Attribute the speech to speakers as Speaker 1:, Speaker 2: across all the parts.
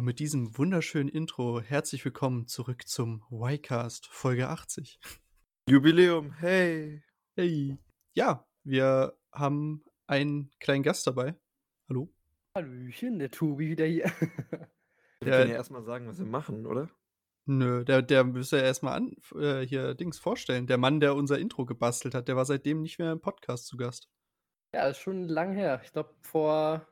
Speaker 1: mit diesem wunderschönen Intro herzlich willkommen zurück zum Ycast Folge 80.
Speaker 2: Jubiläum, hey!
Speaker 1: Hey! Ja, wir haben einen kleinen Gast dabei. Hallo?
Speaker 3: Hallöchen, der Tobi wieder hier.
Speaker 2: Wir können ja erstmal sagen, was wir machen, oder?
Speaker 1: Nö, der, der müsste ja erstmal an, äh, hier Dings vorstellen. Der Mann, der unser Intro gebastelt hat, der war seitdem nicht mehr im Podcast zu Gast.
Speaker 3: Ja, ist schon lang her. Ich glaube, vor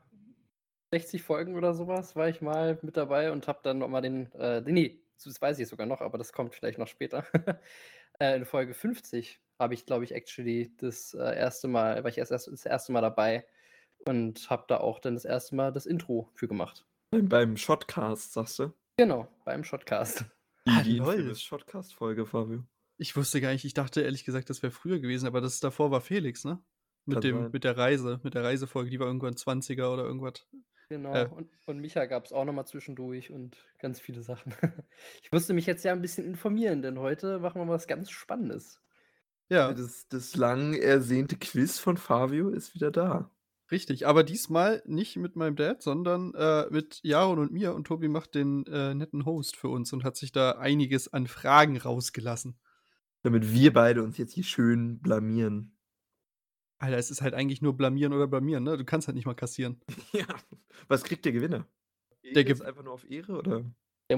Speaker 3: 60 Folgen oder sowas war ich mal mit dabei und habe dann nochmal den, äh, den- nee, das weiß ich sogar noch, aber das kommt vielleicht noch später. äh, in Folge 50 habe ich, glaube ich, actually das äh, erste Mal, war ich erst, erst das erste Mal dabei und habe da auch dann das erste Mal das Intro für gemacht.
Speaker 2: Beim, beim Shotcast, sagst du?
Speaker 3: Genau, beim Shotcast.
Speaker 1: Ah,
Speaker 2: Die
Speaker 1: lol.
Speaker 2: infamous Shotcast-Folge, Fabio.
Speaker 1: Ich wusste gar nicht, ich dachte ehrlich gesagt, das wäre früher gewesen, aber das davor war Felix, ne?
Speaker 2: Kann
Speaker 1: Mit, dem,
Speaker 2: sein.
Speaker 1: mit der Reise, mit der Reisefolge, die war irgendwann 20er oder irgendwas.
Speaker 3: Genau,
Speaker 1: Äh.
Speaker 3: und, und Micha gab es auch nochmal zwischendurch und ganz viele Sachen. Ich musste mich jetzt ja ein bisschen informieren, denn heute machen wir was ganz Spannendes.
Speaker 1: Ja,
Speaker 2: Das, das lang ersehnte Quiz von Fabio ist wieder da.
Speaker 1: richtig. Aber diesmal nicht mit meinem Dad, sondern äh, mit Jaron und mir. Und Tobi macht den äh, netten Host für uns und hat sich da einiges an Fragen rausgelassen.
Speaker 2: Damit wir beide uns jetzt hier schön blamieren.
Speaker 1: Alter, es ist halt eigentlich nur blamieren oder blamieren, ne? Du kannst halt nicht mal kassieren.
Speaker 2: Ja. Was kriegt der Gewinner?
Speaker 1: Der
Speaker 2: Geht's
Speaker 1: Ge-
Speaker 2: einfach nur auf Ehre, oder?
Speaker 3: Der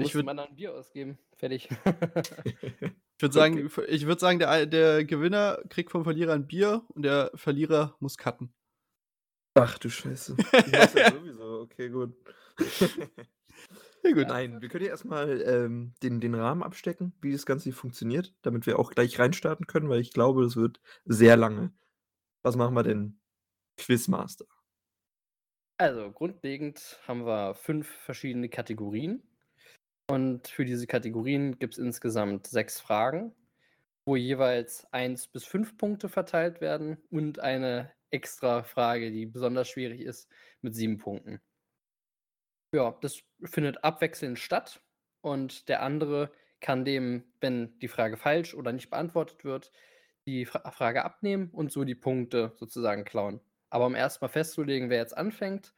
Speaker 1: Ich
Speaker 3: muss
Speaker 1: würd-
Speaker 3: dem anderen Bier ausgeben. Fertig.
Speaker 1: Ich würde sagen, ich würd sagen der, der Gewinner kriegt vom Verlierer ein Bier und der Verlierer muss cutten.
Speaker 2: Ach du Scheiße. Du machst das sowieso. Okay, gut.
Speaker 1: Ja, gut.
Speaker 2: Nein, wir können ja erstmal ähm, den, den Rahmen abstecken, wie das Ganze hier funktioniert, damit wir auch gleich reinstarten können, weil ich glaube, das wird sehr lange. Was machen wir denn? Quizmaster.
Speaker 3: Also, grundlegend haben wir fünf verschiedene Kategorien. Und für diese Kategorien gibt es insgesamt sechs Fragen, wo jeweils eins bis fünf Punkte verteilt werden und eine extra Frage, die besonders schwierig ist, mit sieben Punkten. Ja, das findet abwechselnd statt und der andere kann dem, wenn die Frage falsch oder nicht beantwortet wird, die Fra Frage abnehmen und so die Punkte sozusagen klauen. Aber um erstmal festzulegen, wer jetzt anfängt,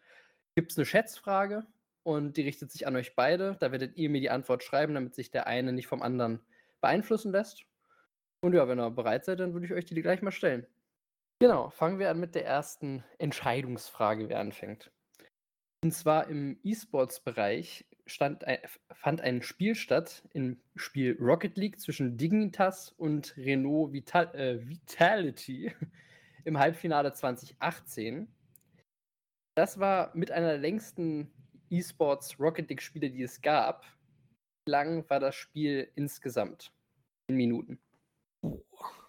Speaker 3: gibt es eine Schätzfrage und die richtet sich an euch beide. Da werdet ihr mir die Antwort schreiben, damit sich der eine nicht vom anderen beeinflussen lässt. Und ja, wenn ihr bereit seid, dann würde ich euch die gleich mal stellen. Genau, fangen wir an mit der ersten Entscheidungsfrage, wer anfängt. Und zwar im E-Sports-Bereich stand ein, fand ein Spiel statt, im Spiel Rocket League zwischen Dignitas und Renault Vital, äh, Vitality im Halbfinale 2018. Das war mit einer der längsten E-Sports Rocket League Spiele, die es gab. Wie lang war das Spiel insgesamt? In Minuten.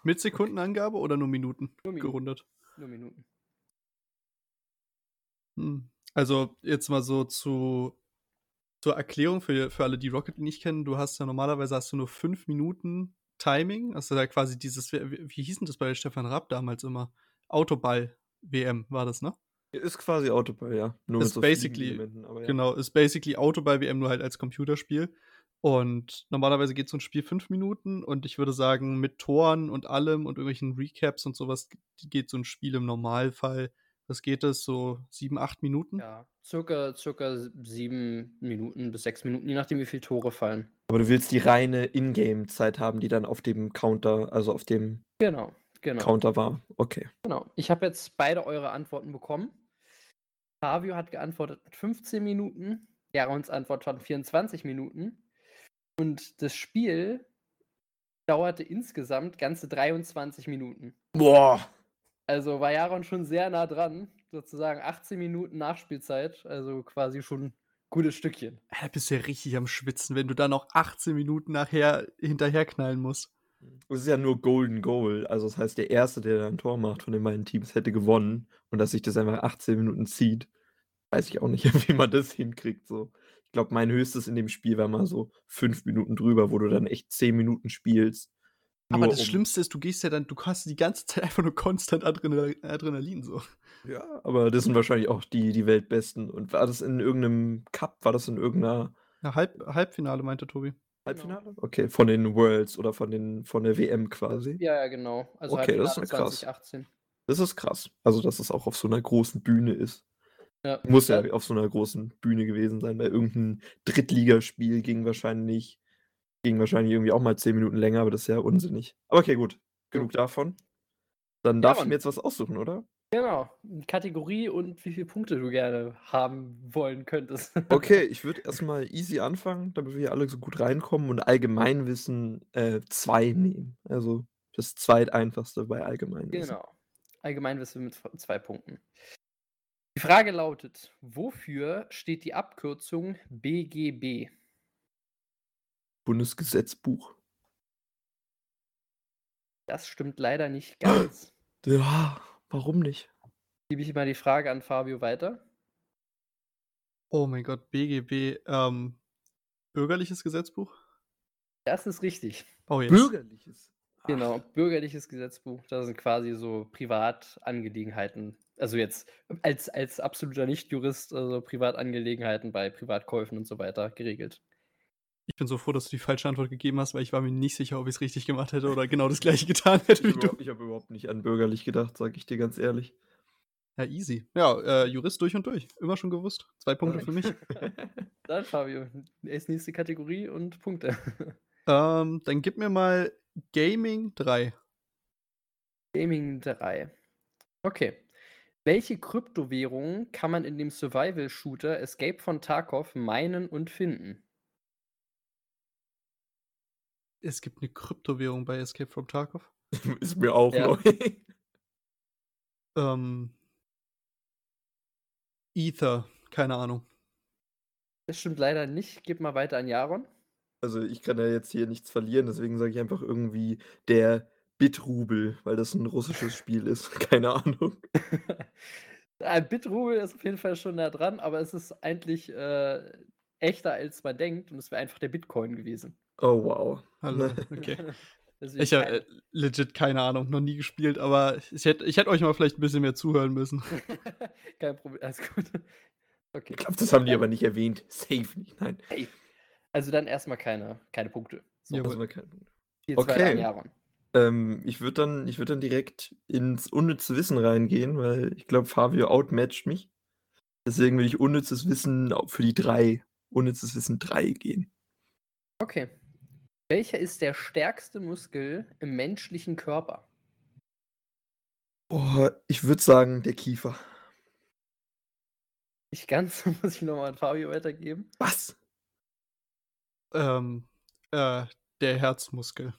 Speaker 1: Mit Sekundenangabe oder nur Minuten
Speaker 3: Nur Minuten.
Speaker 1: gerundet?
Speaker 3: Nur Minuten.
Speaker 1: Hm. Also jetzt mal so zu, zur Erklärung für, für alle, die Rocket League nicht kennen. Du hast ja normalerweise hast du nur fünf Minuten Timing. Das ist ja quasi dieses, wie, wie hieß denn das bei Stefan Raab damals immer? Autoball-WM war das, ne?
Speaker 2: Ist quasi Autoball, ja. Nur
Speaker 1: Ist basically-
Speaker 2: Fliegenelementen, aber ja.
Speaker 1: Genau, ist basically Autoball-WM nur halt als Computerspiel. Und normalerweise geht so ein Spiel fünf Minuten und ich würde sagen, mit Toren und allem und irgendwelchen Recaps und sowas geht so ein Spiel im Normalfall. Was geht es? So sieben, acht Minuten?
Speaker 3: Ja, circa, circa sieben Minuten bis sechs Minuten, je nachdem, wie viele Tore fallen.
Speaker 2: Aber du willst die reine Ingame-Zeit haben, die dann auf dem Counter, also auf dem
Speaker 3: Genau, genau.
Speaker 2: Counter war. Okay.
Speaker 3: Genau. Ich habe jetzt beide eure Antworten bekommen. Fabio hat geantwortet mit 15 Minuten. Jarons Antwort waren 24 Minuten. Und das Spiel dauerte insgesamt ganze 23 Minuten.
Speaker 2: Boah.
Speaker 3: Also war Jaron schon sehr nah dran. Sozusagen 18 Minuten Nachspielzeit. Also quasi schon ein gutes Stückchen.
Speaker 1: Da bist du ja richtig am Schwitzen, wenn du dann noch 18 Minuten nachher hinterherknallen musst.
Speaker 2: Es ist ja nur Golden Goal. Also das heißt, der Erste, der da ein Tor macht von den beiden Teams, hätte gewonnen. Und dass sich das einfach 18 Minuten zieht, weiß ich auch nicht, wie man das hinkriegt. So. Ich glaube, mein höchstes in dem Spiel war mal so fünf Minuten drüber, wo du dann echt zehn Minuten spielst.
Speaker 1: Aber
Speaker 2: nur um
Speaker 1: das Schlimmste ist, du gehst ja dann, du hast die ganze Zeit einfach nur konstant Adrenal Adrenalin so.
Speaker 2: Ja, aber das sind wahrscheinlich auch die, die Weltbesten. Und war das in irgendeinem Cup? War das in irgendeiner
Speaker 1: Ja, Halb Halbfinale, meinte Tobi.
Speaker 2: Halbfinale? Okay, von den Worlds oder von, den, von der WM quasi.
Speaker 3: Ja, ja, genau. Also
Speaker 2: Okay, das ist
Speaker 3: Halbfinale
Speaker 2: ja krass.
Speaker 3: 2018.
Speaker 2: Das ist krass. Also, dass es auch auf so einer großen Bühne ist.
Speaker 3: Ja.
Speaker 2: Muss ja auf so einer großen Bühne gewesen sein, bei irgendeinem Drittligaspiel ging wahrscheinlich, ging wahrscheinlich irgendwie auch mal zehn Minuten länger, aber das ist ja unsinnig. Aber okay, gut. Genug davon. Dann darf ich
Speaker 3: Mann.
Speaker 2: mir jetzt was aussuchen, oder?
Speaker 3: Genau. Kategorie und wie viele Punkte du gerne haben wollen könntest.
Speaker 2: Okay, ich würde erstmal easy anfangen, damit wir hier alle so gut reinkommen und Allgemeinwissen 2 nehmen. Also das zweiteinfachste bei Allgemeinwissen.
Speaker 3: Genau. Allgemeinwissen mit v- zwei Punkten. Die Frage lautet: Wofür steht die Abkürzung BGB?
Speaker 2: Bundesgesetzbuch.
Speaker 3: Das stimmt leider nicht ganz.
Speaker 2: Ja, warum nicht?
Speaker 3: Gebe ich mal die Frage an Fabio weiter.
Speaker 1: Oh mein Gott, BGB, ähm, bürgerliches Gesetzbuch?
Speaker 3: Das ist richtig.
Speaker 1: Oh, jetzt.
Speaker 2: Bürgerliches.
Speaker 3: Genau, bürgerliches Gesetzbuch. Das sind quasi so Privatangelegenheiten. Also jetzt als, als absoluter Nichtjurist, also Privatangelegenheiten bei Privatkäufen und so weiter geregelt.
Speaker 1: Ich bin so froh, dass du die falsche Antwort gegeben hast, weil ich war mir nicht sicher, ob ich es richtig gemacht hätte oder genau das gleiche getan hätte
Speaker 2: Ich
Speaker 1: wie du.
Speaker 2: habe hab überhaupt nicht an bürgerlich gedacht, sage ich dir ganz ehrlich.
Speaker 1: Ja, easy. Ja, äh, Jurist durch und durch. Immer schon gewusst. Zwei Punkte für mich.
Speaker 3: Dann, Fabio, ist nächste Kategorie und Punkte.
Speaker 1: Ähm, dann gib mir mal Gaming 3.
Speaker 3: Gaming 3. Okay. Welche Kryptowährungen kann man in dem Survival-Shooter Escape von Tarkov meinen und finden?
Speaker 1: Es gibt eine Kryptowährung bei Escape from Tarkov.
Speaker 2: Ist mir auch
Speaker 3: Ja.
Speaker 2: neu.
Speaker 1: Ähm, Ether, keine Ahnung.
Speaker 3: Das stimmt leider nicht. Gib mal weiter an Jaron.
Speaker 2: Also ich kann ja jetzt hier nichts verlieren, deswegen sage ich einfach irgendwie der Bitrubel, weil das ein russisches Spiel ist. Keine Ahnung.
Speaker 3: Ein Äh, Bitrubel ist auf jeden Fall schon nah dran, aber es ist eigentlich äh, echter, als man denkt. Und es wäre einfach der Bitcoin gewesen. Also
Speaker 2: Oh wow.
Speaker 1: Hallo,
Speaker 3: Ne.
Speaker 1: okay.
Speaker 3: Deswegen
Speaker 1: Ich habe
Speaker 3: keine-
Speaker 1: äh, legit keine Ahnung, noch nie gespielt, aber ich hätte ich hätt euch mal vielleicht ein bisschen mehr zuhören müssen. äh,
Speaker 3: Kein Problem, alles gut. Okay.
Speaker 2: Ich glaube, das haben die aber nicht erwähnt. Safe nicht. Nein.
Speaker 3: Also dann erstmal keine, keine Punkte. So,
Speaker 1: Jawohl.
Speaker 2: Das war kein Punkt.
Speaker 3: jetzt okay. weiter
Speaker 2: Okay.
Speaker 3: an Jaron.
Speaker 2: Ähm, ich würde dann, ich würd dann direkt ins unnütze Wissen reingehen, weil ich glaube, Fabio outmatcht mich. Deswegen will ich unnützes Wissen au- für die drei, unnützes Wissen drei gehen.
Speaker 3: Okay. Welcher ist der stärkste Muskel im menschlichen Körper?
Speaker 2: Oh, ich würde sagen, der Kiefer.
Speaker 3: Nicht ganz, muss ich nochmal an Fabio weitergeben.
Speaker 2: Was?
Speaker 1: Ähm, äh, der Herzmuskel.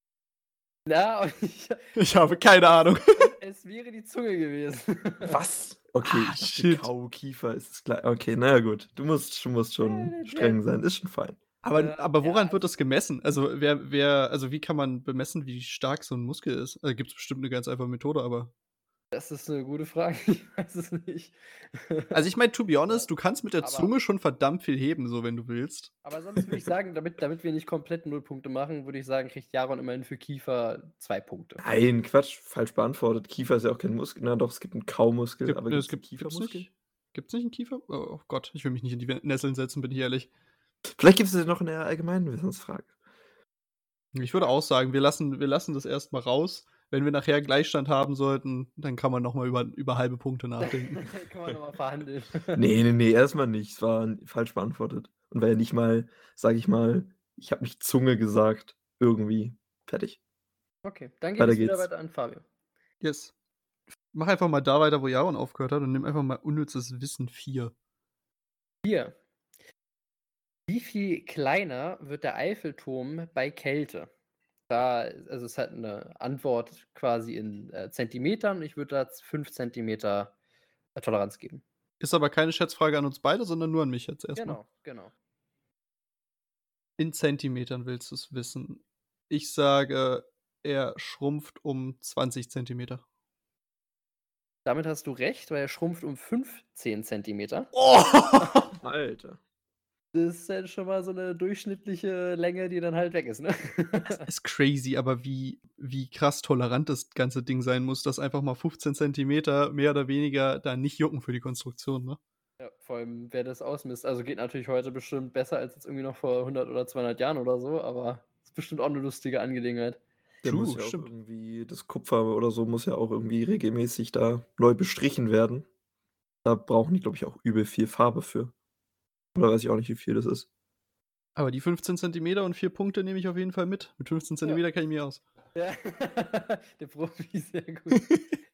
Speaker 3: Na, und ich,
Speaker 1: Ich habe keine Ahnung.
Speaker 3: es wäre die Zunge gewesen.
Speaker 2: Was? Okay,
Speaker 1: Ah,
Speaker 2: ich dachte,
Speaker 1: shit.
Speaker 2: Kau, Kiefer ist es gleich. Okay, naja, gut. Du musst, du musst schon
Speaker 1: Äh,
Speaker 3: Ja, ja,
Speaker 2: streng
Speaker 3: ja.
Speaker 2: sein. Ist schon fein.
Speaker 1: Aber,
Speaker 3: Äh,
Speaker 1: aber woran
Speaker 3: ja.
Speaker 1: wird das gemessen? Also wer, wer, also wie kann man bemessen, wie stark so ein Muskel ist? Also gibt es bestimmt eine ganz einfache Methode, aber.
Speaker 3: Das ist eine gute Frage, ich weiß es nicht.
Speaker 1: Also ich meine, to be honest, du kannst mit der
Speaker 3: Aber-
Speaker 1: Zunge schon verdammt viel heben, so wenn du willst.
Speaker 3: Aber sonst würde ich sagen, damit, damit wir nicht komplett Nullpunkte machen, würde ich sagen, kriegt Jaron immerhin für Kiefer zwei Punkte.
Speaker 2: Nein, Quatsch, falsch beantwortet. Kiefer ist ja auch kein Muskel. Na doch, es gibt einen Kaumuskel,
Speaker 1: Gibt,
Speaker 2: aber
Speaker 1: es
Speaker 2: gibt's einen
Speaker 1: gibt Kiefermuskel. Gibt es nicht einen Kiefer? Oh, oh Gott, ich will mich nicht in die Nesseln setzen, bin ich ehrlich.
Speaker 2: Vielleicht gibt es ja noch eine allgemeine Wissensfrage.
Speaker 1: Ich würde auch sagen, wir lassen, wir lassen das erstmal raus. Wenn wir nachher Gleichstand haben sollten, dann kann man nochmal über, über halbe Punkte nachdenken.
Speaker 3: Kann man nochmal verhandeln.
Speaker 2: Nee, nee, nee, erstmal nicht. Es war n- falsch beantwortet. Und war ja nicht mal, sage ich mal, ich habe nicht Zunge gesagt. Irgendwie. Fertig.
Speaker 3: Okay, dann geht
Speaker 2: Weiter
Speaker 3: es wieder
Speaker 2: geht's.
Speaker 3: weiter an Fabio.
Speaker 1: yes. Mach einfach mal da weiter, wo Jaron aufgehört hat und nimm einfach mal unnützes Wissen 4.
Speaker 3: Hier. Wie viel kleiner wird der Eiffelturm bei Kälte? Da, also es hat eine Antwort quasi in äh, Zentimetern. Ich würde da 5 Zentimeter äh, Toleranz geben.
Speaker 1: Ist aber keine Schätzfrage an uns beide, sondern nur an mich jetzt erstmal.
Speaker 3: Genau, genau.
Speaker 1: In Zentimetern willst du es wissen. Ich sage, er schrumpft um 20 Zentimeter.
Speaker 3: Damit hast du recht, weil er schrumpft um 15 Zentimeter.
Speaker 1: Oh!
Speaker 2: Alter.
Speaker 3: Das ist dann schon mal so eine durchschnittliche Länge, die dann halt weg ist, ne?
Speaker 1: ist crazy, aber wie, wie krass tolerant das ganze Ding sein muss, dass einfach mal 15 Zentimeter mehr oder weniger da nicht jucken für die Konstruktion, ne?
Speaker 3: ja, vor allem, wer das ausmisst. Also geht natürlich heute bestimmt besser als jetzt irgendwie noch vor 100 oder 200 Jahren oder so, aber ist bestimmt auch eine lustige Angelegenheit.
Speaker 2: Der
Speaker 1: True,
Speaker 2: muss ja auch
Speaker 1: stimmt.
Speaker 2: irgendwie, das Kupfer oder so muss ja auch irgendwie regelmäßig da neu bestrichen werden. Da brauchen die, glaube ich, auch übel viel Farbe für. Oder weiß ich auch nicht, wie viel das ist.
Speaker 1: Aber die 15 Zentimeter und vier Punkte nehme ich auf jeden Fall mit. Mit 15 Zentimeter kenne ich mich aus.
Speaker 3: Ja, der Profi, sehr gut.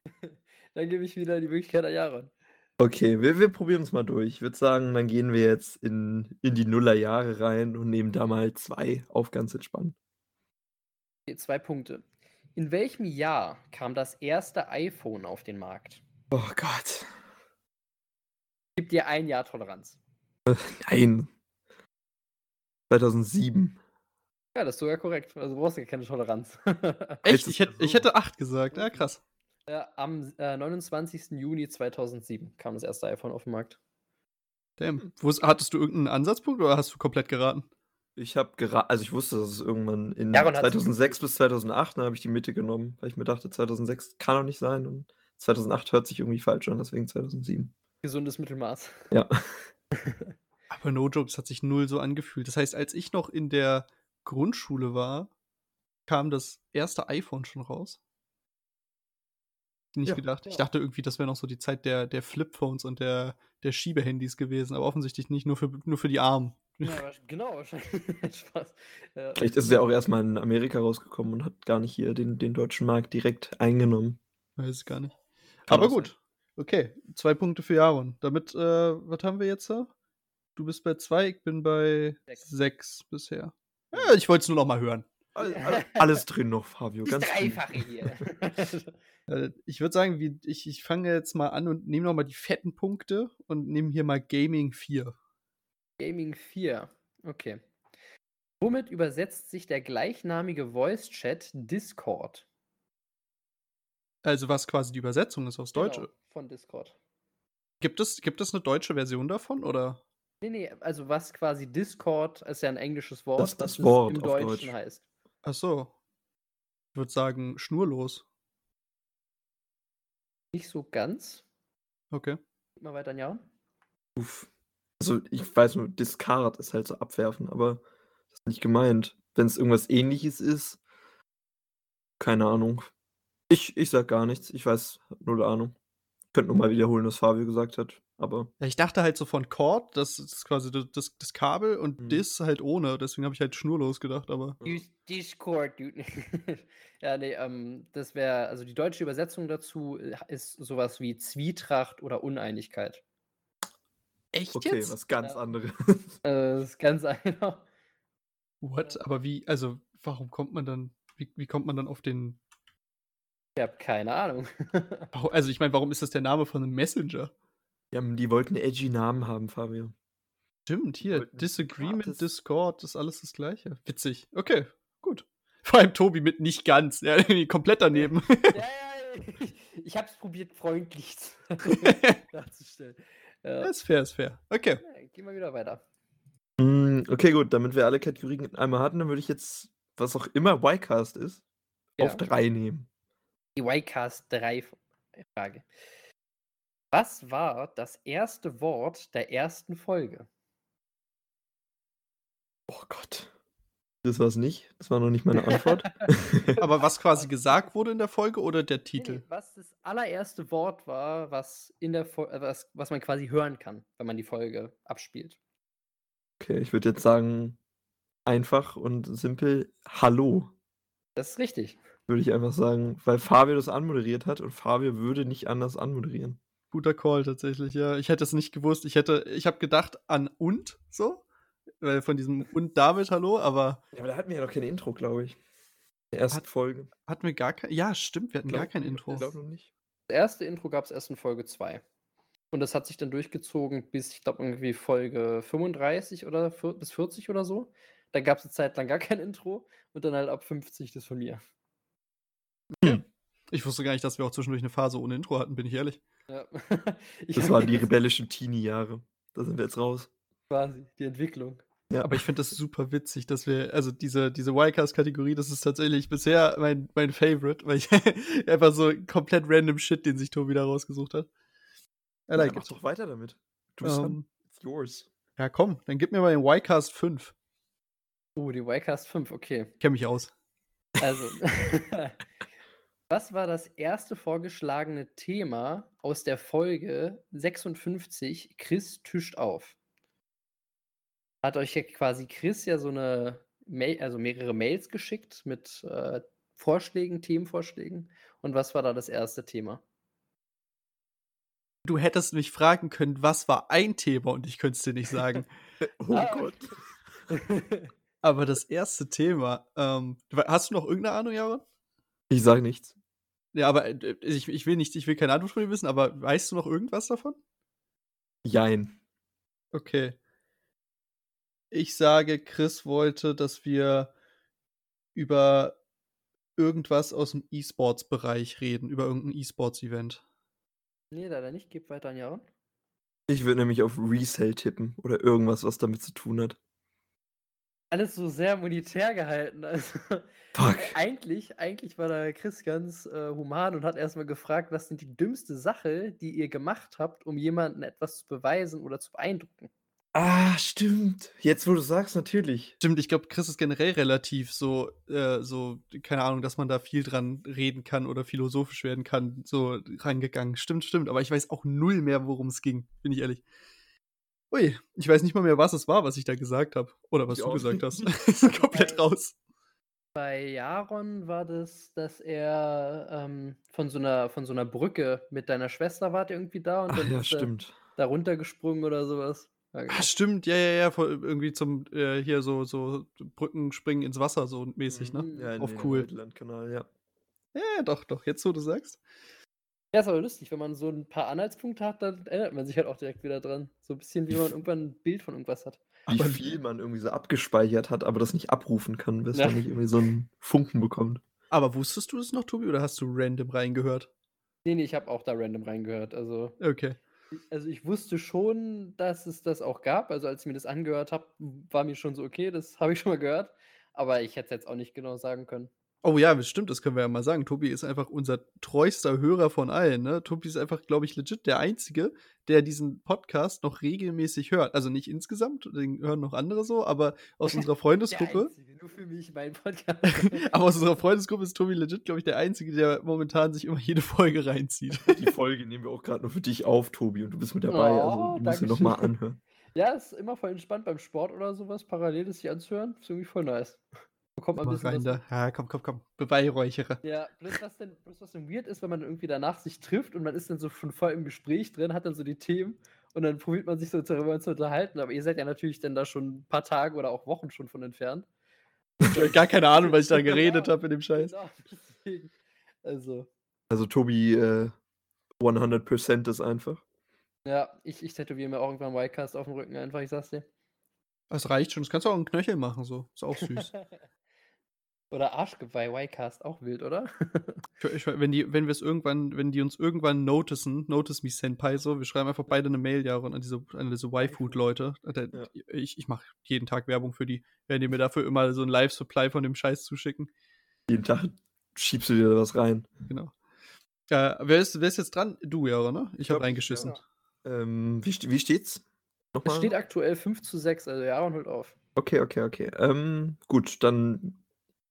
Speaker 3: Dann gebe ich wieder die Möglichkeit an Jaron.
Speaker 2: Okay, wir, wir probieren es mal durch. Ich würde sagen, dann gehen wir jetzt in, in die Nullerjahre rein und nehmen da mal zwei auf ganz entspannt.
Speaker 3: Okay, zwei Punkte. In welchem Jahr kam das erste iPhone auf den Markt?
Speaker 2: Oh Gott.
Speaker 3: Gib dir ein Jahr Toleranz.
Speaker 2: Nein. 2007.
Speaker 3: Ja, das ist sogar korrekt. Also du brauchst ja keine Toleranz.
Speaker 1: Echt? Ich hätte, ich hätte acht gesagt. Ja, krass.
Speaker 3: Ja, am äh, 29. Juni 2007 kam das erste iPhone auf den Markt.
Speaker 1: Damn. Wo, hattest du irgendeinen Ansatzpunkt oder hast du komplett geraten?
Speaker 2: Ich habe gerade, also ich wusste, dass es irgendwann in
Speaker 3: Jaron hat's-
Speaker 2: 2006 bis 2008, dann habe ich die Mitte genommen, weil ich mir dachte, 2006 kann doch nicht sein und 2008 hört sich irgendwie falsch an, deswegen 2007.
Speaker 3: Gesundes Mittelmaß.
Speaker 2: Ja.
Speaker 1: Aber no joke, es hat sich null so angefühlt. Das heißt, als ich noch in der Grundschule war, kam das erste iPhone schon raus. Nicht
Speaker 2: Ja.
Speaker 1: gedacht. Ich
Speaker 3: Ja.
Speaker 1: dachte irgendwie, das wäre noch so die Zeit der, der Flipphones und der, der Schiebehandys gewesen, aber offensichtlich nicht, nur für, nur für die Armen.
Speaker 3: Ja, wahrsch- genau, wahrscheinlich. Spaß. Ja.
Speaker 2: Vielleicht ist es ja auch erstmal in Amerika rausgekommen und hat gar nicht hier den, den deutschen Markt direkt eingenommen.
Speaker 1: Weiß ich gar nicht.
Speaker 2: Kann
Speaker 1: aber
Speaker 2: auch
Speaker 1: gut. Okay, zwei Punkte für Jaron. Damit, äh, was haben wir jetzt da? Du bist bei zwei, ich bin bei
Speaker 3: Sechs.
Speaker 1: sechs, bisher. Ja, ich wollte es nur noch mal hören.
Speaker 2: All- all- Alles drin noch, Fabio.
Speaker 3: Das
Speaker 2: Ganz viel.
Speaker 3: Dreifache hier.
Speaker 1: Äh, Ich würde sagen, wie, ich, ich fange jetzt mal an und nehme nochmal die fetten Punkte und nehme hier mal Gaming 4.
Speaker 3: Gaming 4. Okay. Womit übersetzt sich der gleichnamige Voice-Chat Discord?
Speaker 1: Also was quasi die Übersetzung ist aufs Deutsche.
Speaker 3: Genau, von Discord.
Speaker 1: Gibt, es, gibt es eine deutsche Version davon oder?
Speaker 3: Nee, nee, also was quasi Discord ist ja ein englisches Wort,
Speaker 2: Das ist das
Speaker 3: was es
Speaker 2: Wort
Speaker 3: im
Speaker 2: auf
Speaker 3: Deutschen
Speaker 2: Deutsch.
Speaker 3: heißt.
Speaker 1: Ach so. Ich würde sagen, schnurlos.
Speaker 3: Nicht so ganz.
Speaker 1: Okay.
Speaker 3: Gib Mal weiter, ja.
Speaker 2: Uff. Also ich weiß nur, Discard ist halt so abwerfen, aber das ist nicht gemeint. Wenn es irgendwas ähnliches ist, keine Ahnung. Ich, ich sag gar nichts, ich weiß, null Ahnung. Ich könnte nochmal wiederholen, was Fabio gesagt hat, aber
Speaker 1: Ja, ich dachte halt so von Cord, das ist quasi das, das, das Kabel und
Speaker 2: Mhm.
Speaker 1: Dis halt ohne. Deswegen habe ich halt schnurlos gedacht, aber.
Speaker 2: Ja.
Speaker 3: Use Discord, dude. ja, nee, ähm, das wäre, also die deutsche Übersetzung dazu äh, ist sowas wie Zwietracht oder Uneinigkeit.
Speaker 1: Echt
Speaker 2: okay, was ganz
Speaker 3: Ja.
Speaker 2: anderes.
Speaker 3: Also das ist ganz einfach.
Speaker 1: What? Aber wie, also warum kommt man dann, wie, wie kommt man dann auf den.
Speaker 3: Ich habe keine Ahnung.
Speaker 1: Warum- Also ich meine, warum ist das der Name von einem Messenger?
Speaker 2: Die, haben, die wollten edgy Namen haben, Fabio.
Speaker 1: Stimmt, hier,
Speaker 2: wollten gratis-
Speaker 1: Disagreement, Discord, ist alles das gleiche. Witzig. Okay, gut. Vor allem Tobi mit nicht ganz, ja, irgendwie komplett daneben.
Speaker 3: ja, ja, ich, ich habe es probiert, freundlich zu- darzustellen.
Speaker 1: Ja,
Speaker 3: Äh,
Speaker 1: ist fair, ist fair. Okay.
Speaker 3: ja, gehen wir wieder weiter.
Speaker 2: Mm, Okay, gut, damit wir alle Kategorien einmal hatten, dann würde ich jetzt, was auch immer Ycast ist,
Speaker 3: Ja.
Speaker 2: auf drei nehmen.
Speaker 3: Die Ycast 3 F- Frage. Was war das erste Wort der ersten Folge?
Speaker 2: Oh Gott. Das war's nicht. Das war noch nicht meine Antwort.
Speaker 1: Aber was quasi gesagt wurde in der Folge oder der
Speaker 3: Nee,
Speaker 1: Titel?
Speaker 3: nee, was das allererste Wort war, was in der Fol- äh, was, was man quasi hören kann, wenn man die Folge abspielt.
Speaker 2: Okay, ich würde jetzt sagen, einfach und simpel Hallo,
Speaker 3: Das ist richtig.
Speaker 2: würde ich einfach sagen, weil Fabio das anmoderiert hat und Fabio würde nicht anders anmoderieren.
Speaker 1: Guter Call tatsächlich, ja. Ich hätte es nicht gewusst. Ich hätte, ich habe gedacht an und so. Weil von diesem und damit hallo, aber
Speaker 2: Ja, aber da hatten wir ja noch kein Intro, glaube ich. In der ersten
Speaker 1: Hat-
Speaker 2: Folge.
Speaker 1: hatten wir gar kein. Ja, stimmt, wir hatten gar
Speaker 2: Glaub-
Speaker 1: kein
Speaker 2: ich
Speaker 1: Intro.
Speaker 2: glaub noch nicht.
Speaker 3: Das erste Intro gab es erst in Folge 2. Und das hat sich dann durchgezogen bis, ich glaube, irgendwie Folge 35 oder vier- bis 40 oder so. Da gab es eine Zeit lang gar kein Intro und dann halt ab 50 das von mir.
Speaker 1: Ich wusste gar nicht, dass wir auch zwischendurch eine Phase ohne Intro hatten, bin ich ehrlich.
Speaker 3: Ja. Ich
Speaker 2: Das
Speaker 3: hab
Speaker 2: waren die
Speaker 3: jetzt
Speaker 2: rebellischen Teenie-Jahre. Da sind wir jetzt raus.
Speaker 3: quasi die Entwicklung.
Speaker 2: Ja.
Speaker 1: Aber ich finde das super witzig, dass wir, also diese, diese Wildcast-Kategorie, das ist tatsächlich bisher mein, mein Favorite, weil ich einfach so komplett random Shit, den sich Tobi da rausgesucht hat. I
Speaker 2: Ja,
Speaker 1: like
Speaker 2: mach
Speaker 1: it.
Speaker 2: doch weiter damit. Du bist dran.
Speaker 1: Ähm,
Speaker 2: It's yours.
Speaker 1: ja, komm, dann gib mir mal den Wildcast 5.
Speaker 3: Oh, die Ycast 5, okay.
Speaker 1: Kenn mich aus.
Speaker 3: Also, Was war das erste vorgeschlagene Thema aus der Folge 56? Chris tischt auf. Hat euch ja quasi Chris ja so eine Mail, also mehrere Mails geschickt mit äh, Vorschlägen, Themenvorschlägen. Und was war da das erste Thema?
Speaker 1: Du hättest mich fragen können, was war ein Thema und ich könnte es dir nicht sagen.
Speaker 2: Oh
Speaker 3: Ah.
Speaker 2: Gott.
Speaker 1: Aber das erste Thema, ähm, hast du noch irgendeine Ahnung, Jaron?
Speaker 2: Ich sage nichts.
Speaker 1: Ja, aber äh, ich, ich will nicht, ich will keine Antwort von dir wissen, aber weißt du noch irgendwas davon?
Speaker 2: Jein.
Speaker 1: Okay. Ich sage, Chris wollte, dass wir über irgendwas aus dem E-Sports-Bereich reden, über irgendein E-Sports-Event.
Speaker 3: nee, leider nicht. Gebt weiter an Jaron.
Speaker 2: Ich würde nämlich auf Resell tippen oder irgendwas, was damit zu tun hat.
Speaker 3: Alles so sehr monetär gehalten. Also,
Speaker 2: Fuck.
Speaker 3: eigentlich, eigentlich war da Chris ganz äh, human und hat erstmal gefragt, was denn die dümmste Sache, die ihr gemacht habt, um jemandem etwas zu beweisen oder zu beeindrucken.
Speaker 2: Ah, stimmt. Jetzt, wo du sagst, natürlich.
Speaker 1: Stimmt, ich glaube, Chris ist generell relativ so, äh, so, keine Ahnung, dass man da viel dran reden kann oder philosophisch werden kann, so reingegangen. Stimmt, stimmt, aber ich weiß auch null mehr, worum es ging, bin ich ehrlich. Ui, ich weiß nicht mal mehr, was es war, was ich da gesagt habe. Oder was
Speaker 2: Ich
Speaker 1: du
Speaker 2: auch
Speaker 1: gesagt hast.
Speaker 2: nicht.
Speaker 1: Komplett
Speaker 3: Wobei-
Speaker 1: raus.
Speaker 3: Bei Jaron war das, dass er ähm, von, so einer, von so einer Brücke mit deiner Schwester wart ihr irgendwie da und
Speaker 2: Ach
Speaker 3: dann
Speaker 2: ja,
Speaker 3: ist er
Speaker 2: stimmt.
Speaker 3: da runtergesprungen oder sowas. Ja,
Speaker 1: Ah,
Speaker 3: genau.
Speaker 1: stimmt, ja, ja, ja, voll, irgendwie zum, äh, hier so, so Brücken springen ins Wasser, so mäßig, ne?
Speaker 3: Mhm.
Speaker 1: Auf cool.
Speaker 2: Kanal, genau, ja.
Speaker 1: Ja, doch, doch, jetzt, wo du sagst.
Speaker 3: Ja, ist aber lustig, wenn man so ein paar Anhaltspunkte hat, dann erinnert man sich halt auch direkt wieder dran. So ein bisschen, wie
Speaker 2: Wie
Speaker 3: man
Speaker 2: f-
Speaker 3: irgendwann ein Bild von irgendwas hat.
Speaker 2: Wie
Speaker 1: Aber-
Speaker 2: viel man irgendwie so abgespeichert hat, aber das nicht abrufen kann, bis
Speaker 3: Ja.
Speaker 2: man nicht irgendwie so einen Funken bekommt.
Speaker 1: Aber wusstest du es noch, Tobi, oder hast du random reingehört?
Speaker 3: Nee, nee, ich habe auch da random reingehört. Also,
Speaker 1: Okay.
Speaker 3: also ich wusste schon, dass es das auch gab. Also als ich mir das angehört habe, war mir schon so, okay, das habe ich schon mal gehört. Aber ich hätte es jetzt auch nicht genau sagen können.
Speaker 1: Oh ja, stimmt, das können wir ja mal sagen. Tobi ist einfach unser treuester Hörer von allen, ne? Tobi ist einfach, glaube ich, legit der Einzige, der diesen Podcast noch regelmäßig hört. Also nicht insgesamt, den hören noch andere so, aber aus unserer Freundesgruppe.
Speaker 3: Einzige, nur für mich, mein Podcast.
Speaker 1: Aber aus unserer Freundesgruppe ist Tobi legit, glaube ich, der Einzige, der momentan sich immer jede Folge reinzieht.
Speaker 2: Die Folge nehmen wir auch gerade nur für dich auf, Tobi, und du bist mit dabei. also
Speaker 3: Oh,
Speaker 2: die musst du
Speaker 3: Dankeschön.
Speaker 2: nochmal anhören.
Speaker 3: ja, ist immer voll entspannt beim Sport oder sowas, parallel das sich anzuhören. Ist irgendwie voll nice. Bekommt man ein
Speaker 1: Mal
Speaker 3: bisschen
Speaker 1: rein
Speaker 3: was
Speaker 1: da. Ja, komm, komm, komm. Beweihräuchere.
Speaker 3: Ja, bloß was, denn, bloß was denn weird ist, wenn man dann irgendwie danach sich trifft und man ist dann so schon voll im Gespräch drin, hat dann so die Themen und dann probiert man sich so darüber zu unterhalten, aber ihr seid ja natürlich dann da schon ein paar Tage oder auch Wochen schon von entfernt.
Speaker 1: Ich hab gar keine Ahnung, was ich da geredet habe in dem Scheiß.
Speaker 3: Genau, deswegen. Also,
Speaker 2: Also Tobi, äh, 100% ist einfach.
Speaker 3: ja, ich, ich tätowiere mir auch irgendwann Wildcast auf dem Rücken einfach, ich sag's dir.
Speaker 1: Das reicht schon. Das kannst du auch einen Knöchel machen, so. Ist auch süß.
Speaker 3: Oder Arschgeweih, Wildcast, auch wild, oder?
Speaker 1: ich, ich, wenn die, wenn wir es irgendwann, wenn die uns irgendwann noticen, notice me Senpai, so, wir schreiben einfach beide eine Mail, ja, und an diese, an diese Y-Food-Leute. Da-
Speaker 2: Ja.
Speaker 1: Ich, ich mache jeden Tag Werbung für die, werden die mir dafür immer so einen Live-Supply von dem Scheiß zuschicken.
Speaker 2: Jeden Tag schiebst du dir da was rein.
Speaker 1: Genau. Äh, wer, ist, wer ist jetzt dran? Du, ja, ne? Ich
Speaker 2: glaub,
Speaker 1: habe
Speaker 2: ich,
Speaker 1: reingeschissen.
Speaker 3: ja.
Speaker 2: Ähm, wie, ste- wie steht's?
Speaker 3: Es
Speaker 2: Nochmal?
Speaker 3: steht aktuell 5 zu 6, also Jaron holt auf.
Speaker 2: Okay, okay, okay. Ähm, gut, dann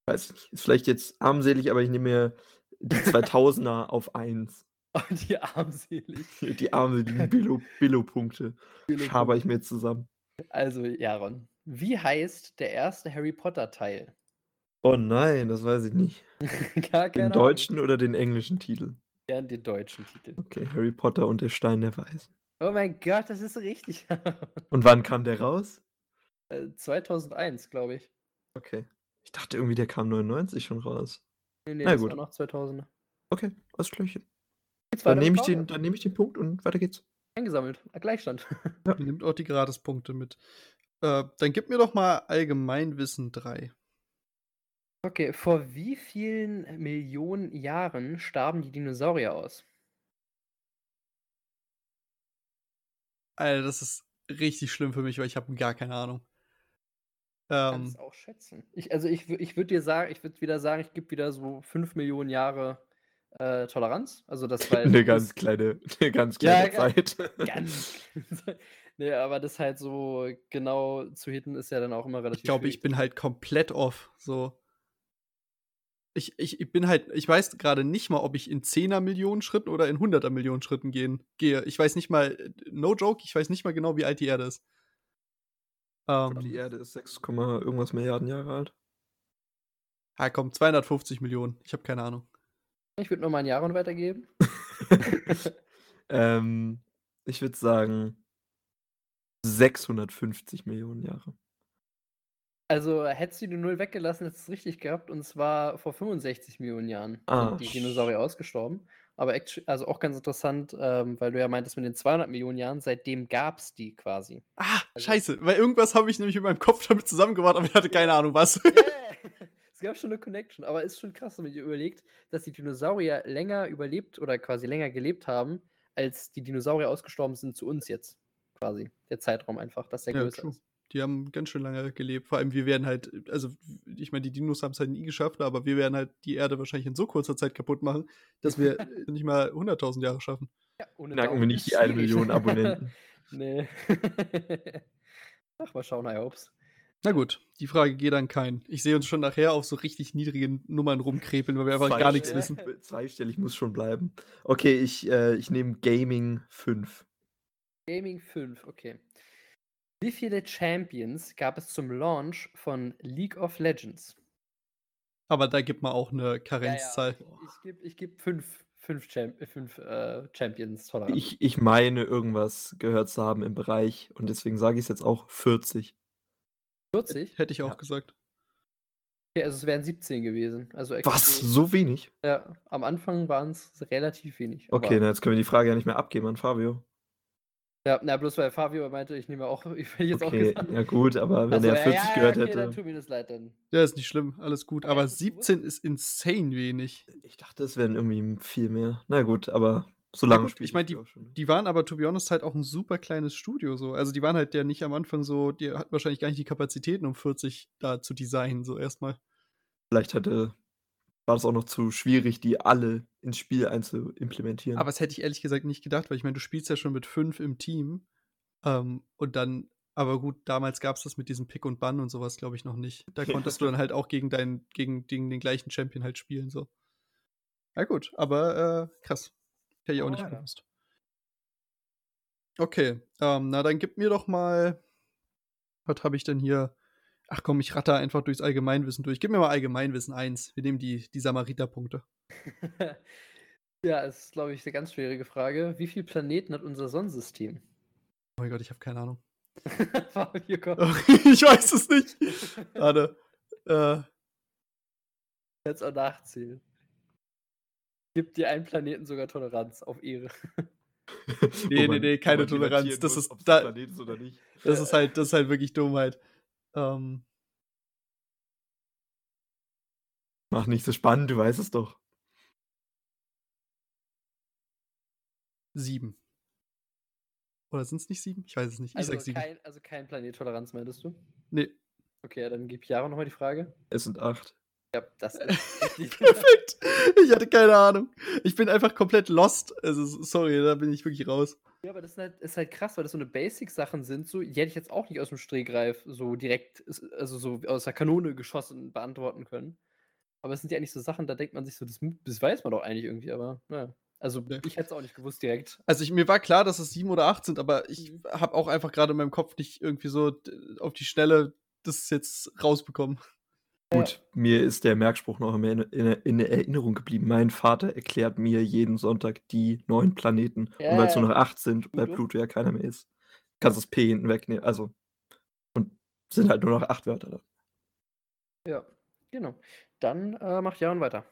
Speaker 2: weiß ich nicht. Ist vielleicht jetzt armselig, aber ich nehme mir die 2000er auf 1.
Speaker 3: Oh, die armselig.
Speaker 2: Die armseligen Billo- Billo-Punkte schaber ich mir jetzt zusammen.
Speaker 3: Also, Jaron, wie heißt der erste Harry Potter-Teil?
Speaker 2: Oh nein, das weiß ich nicht.
Speaker 3: Gar
Speaker 2: Den
Speaker 3: keine Ahnung.
Speaker 2: deutschen oder den englischen Titel?
Speaker 3: Ja, den deutschen Titel.
Speaker 2: Okay, Harry Potter und der Stein der Weisen.
Speaker 3: Oh mein Gott, das ist richtig.
Speaker 2: Und wann kam der raus?
Speaker 3: Äh, 2001, glaube ich.
Speaker 2: Okay. Ich dachte irgendwie, der kam 99 schon raus.
Speaker 3: Nee, nee,
Speaker 2: Na
Speaker 3: das
Speaker 2: gut.
Speaker 3: war noch 2000.
Speaker 2: Okay, alles Klärchen.
Speaker 3: Geht's
Speaker 2: Dann
Speaker 3: weiter
Speaker 2: nehme ich,
Speaker 3: mit
Speaker 2: den-
Speaker 3: Claudia?
Speaker 2: dann nehm ich den Punkt und weiter geht's.
Speaker 3: Eingesammelt. Ah, Gleichstand.
Speaker 1: Nimmt auch die Gratispunkte mit. Äh, dann gib mir doch mal Allgemeinwissen 3.
Speaker 3: Okay, vor wie vielen Millionen Jahren starben die Dinosaurier aus?
Speaker 1: Alter, das ist richtig schlimm für mich, weil ich habe gar keine Ahnung.
Speaker 3: Kannst
Speaker 1: Ähm,
Speaker 3: auch schätzen. Ich, also ich, wü- ich würde dir sagen, ich würde wieder sagen, ich gebe wieder so 5 Millionen Jahre äh, Toleranz. Also das war
Speaker 2: Eine Ne, ganz kleine, eine ganz
Speaker 3: Ja,
Speaker 2: kleine
Speaker 3: ja.
Speaker 2: Zeit.
Speaker 3: Ganz. nee, aber das halt so genau zu hitten ist ja dann auch immer relativ
Speaker 1: halt ich glaube, ich
Speaker 3: schwierig.
Speaker 1: bin halt komplett off. So. ich, ich, ich bin halt, ich weiß gerade nicht mal, ob ich in 10er Millionen Schritten oder in 100er Millionen Schritten gehen, gehe. Ich weiß nicht mal, no joke, ich weiß nicht mal genau, wie alt die Erde ist.
Speaker 2: glaube, Um, die
Speaker 1: Ähm,
Speaker 2: Erde ist 6, Komma irgendwas Milliarden Jahre alt.
Speaker 1: ja, komm, 250 Millionen. Ich habe keine Ahnung.
Speaker 3: Ich würde nur mal ein Jahr und weitergeben.
Speaker 2: ähm, ich würde sagen 650 Millionen Jahre.
Speaker 3: Also hättest du die Null weggelassen, hättest du es richtig gehabt. Und zwar vor 65 Millionen Jahren
Speaker 2: Ah.
Speaker 3: sind die Dinosaurier ausgestorben. Aber actu- also auch ganz interessant, ähm, weil du ja meintest mit den 200 Millionen Jahren, seitdem gab es die quasi.
Speaker 1: Ah,
Speaker 3: Also-
Speaker 1: scheiße, weil irgendwas habe ich nämlich in meinem Kopf damit zusammengebracht, aber ich hatte keine Ahnung was.
Speaker 3: Yeah! Es gab schon eine Connection, aber ist schon krass, wenn man überlegt, dass die Dinosaurier länger überlebt oder quasi länger gelebt haben, als die Dinosaurier ausgestorben sind zu uns jetzt. Quasi. Der Zeitraum einfach, dass der
Speaker 1: Ja,
Speaker 3: größer
Speaker 1: true.
Speaker 3: ist.
Speaker 1: Die haben ganz schön lange gelebt. Vor allem, wir werden halt, also ich meine, die Dinos haben es halt nie geschafft, aber wir werden halt die Erde wahrscheinlich in so kurzer Zeit kaputt machen, dass wir äh, nicht mal 100.000 Jahre schaffen.
Speaker 3: Ja, ohne
Speaker 2: Merken wir
Speaker 3: Daumen
Speaker 2: nicht
Speaker 3: ist
Speaker 2: die eine
Speaker 3: schwierig.
Speaker 2: Million Abonnenten.
Speaker 3: nee. Ach, mal schauen, I hope's.
Speaker 1: Na gut, die Frage geht an keinen. Ich sehe uns schon nachher auf so richtig niedrigen Nummern rumkrepeln, weil wir einfach gar nichts
Speaker 3: Zweistellig.
Speaker 1: wissen.
Speaker 2: Zweistellig muss schon bleiben. Okay, ich, äh, ich nehme Gaming 5.
Speaker 3: Gaming 5, okay. Wie viele Champions gab es zum Launch von League of Legends?
Speaker 1: Aber da gibt man auch eine Karenzzahl.
Speaker 3: Ich gebe ich geb fünf, fünf, Champ äh, fünf äh, Champions tolerant.
Speaker 2: Ich, ich meine, irgendwas gehört zu haben im Bereich und deswegen sage ich es jetzt auch 40.
Speaker 3: 40?
Speaker 1: Hätte ich auch
Speaker 2: Ja.
Speaker 1: gesagt.
Speaker 3: Okay, also es wären 17 gewesen. Also actually-
Speaker 2: Was? So wenig?
Speaker 3: Ja, am Anfang waren es relativ wenig.
Speaker 2: Okay, ne.
Speaker 3: aber-
Speaker 2: na, jetzt können wir die Frage ja nicht mehr abgeben an Fabio.
Speaker 3: Ja, na, bloß weil Fabio meinte, ich nehme auch, ich will jetzt
Speaker 2: Okay,
Speaker 3: auch gesagt.
Speaker 2: ja gut, aber wenn
Speaker 3: Ach so,
Speaker 2: er 40 gehört
Speaker 3: okay, Dann
Speaker 2: hätte.
Speaker 3: tut mir das leid dann.
Speaker 1: Ja, ist nicht schlimm, alles gut.
Speaker 3: Aber
Speaker 1: Aber
Speaker 3: hättest du gewusst?
Speaker 1: 17 ist insane wenig.
Speaker 2: Ich dachte, es wären irgendwie viel mehr. Na gut, aber so lange
Speaker 1: gut,
Speaker 2: spiele
Speaker 1: ich meine,
Speaker 2: auch schon.
Speaker 1: Die waren aber, to be honest, halt auch ein super kleines Studio so. Also die waren halt ja nicht am Anfang so, die hatten wahrscheinlich gar nicht die Kapazitäten, um 40 da zu designen, so erstmal.
Speaker 2: Vielleicht hatte, war das auch noch zu schwierig, die alle ins Spiel einzuimplementieren.
Speaker 1: Aber das hätte ich ehrlich gesagt nicht gedacht, weil ich meine, du spielst ja schon mit fünf im Team. Ähm, und dann, aber gut, damals gab es das mit diesem Pick und Bann und sowas, glaube ich, noch nicht. Da
Speaker 2: Ja.
Speaker 1: konntest du dann halt auch gegen deinen, gegen, gegen den gleichen Champion halt spielen, so. Na gut, aber äh, krass. Hätte ich auch
Speaker 3: Aber
Speaker 1: nicht
Speaker 3: ja.
Speaker 1: gewusst. Okay, ähm, na dann gib mir doch mal. Was habe ich denn hier? Ach komm, ich ratter einfach durchs Allgemeinwissen durch. Gib mir mal Allgemeinwissen 1. Wir nehmen die, die Samariter-Punkte.
Speaker 3: ja, es ist, glaube ich, eine ganz schwierige Frage. Wie viele Planeten hat unser Sonnensystem?
Speaker 1: Oh mein Gott, ich habe keine Ahnung.
Speaker 3: Fabio, komm.
Speaker 1: ich weiß es nicht. Warte. Äh,
Speaker 3: Jetzt auch nachzählen. Gibt dir einen Planeten sogar Toleranz auf Ehre.
Speaker 1: nee, nee, nee, keine Toleranz. Das ist- da-
Speaker 2: ist oder nicht.
Speaker 1: das ist halt, das ist halt wirklich Dummheit. Ähm,
Speaker 2: Mach nicht so spannend, du weißt es doch.
Speaker 1: sieben. Oder sind es nicht sieben? Ich weiß es nicht. Ich
Speaker 3: Also
Speaker 1: sag sieben.
Speaker 3: kein, also kein Planet Toleranz, meintest du?
Speaker 1: Nee.
Speaker 3: Okay, ja, dann gib Jaro nochmal die Frage.
Speaker 2: Es sind acht.
Speaker 3: Ja, das ist richtig.
Speaker 1: Perfekt. Ich hatte keine Ahnung. Ich bin einfach komplett lost. Also, s- sorry, da bin ich wirklich raus.
Speaker 3: Ja, aber das ist halt, ist halt krass, weil das so eine Basic-Sachen sind, so, die hätte ich jetzt auch nicht aus dem Stehgreif so direkt, s- also so aus der Kanone geschossen beantworten können. Aber es sind ja eigentlich so Sachen, da denkt man sich so, das, m- das weiß man doch eigentlich irgendwie, aber naja. Also
Speaker 1: Nee.
Speaker 3: ich hätte es auch nicht gewusst direkt.
Speaker 1: Also, ich, mir war klar, dass es sieben oder acht sind, aber ich habe auch einfach gerade in meinem Kopf nicht irgendwie so d- auf die Schnelle das jetzt rausbekommen.
Speaker 2: Gut, mir ist der Merkspruch noch immer in, in, in Erinnerung geblieben. Mein Vater erklärt mir jeden Sonntag die neun Planeten. Und weil es nur
Speaker 3: Ja.
Speaker 2: noch acht sind, weil
Speaker 3: Pluto?
Speaker 2: Pluto ja keiner mehr ist, kannst du das P hinten wegnehmen. Also, und sind halt nur noch acht Wörter da.
Speaker 3: Ja, genau. Dann äh, macht Jaron weiter.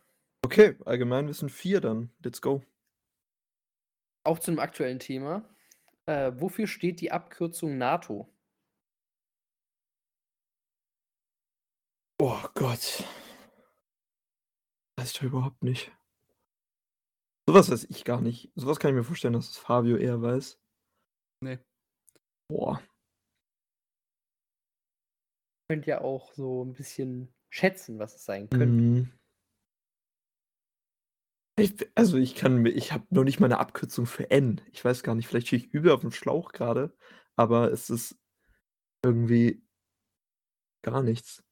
Speaker 2: Okay, Allgemeinwissen 4 dann. Let's go.
Speaker 3: Auch zu dem aktuellen Thema. Äh, wofür steht die Abkürzung NATO?
Speaker 2: Oh Gott. Weiß ich doch überhaupt nicht. Sowas weiß ich gar nicht. Sowas kann ich mir vorstellen, dass es Fabio eher weiß.
Speaker 1: Nee.
Speaker 2: Boah.
Speaker 3: Könnt ja auch so ein bisschen schätzen, was es sein könnte.
Speaker 2: Mhm. Ich, also ich kann mir, ich habe noch nicht mal eine Abkürzung für N. Ich weiß gar nicht, vielleicht stehe ich übel auf dem Schlauch gerade, aber es ist irgendwie gar nichts.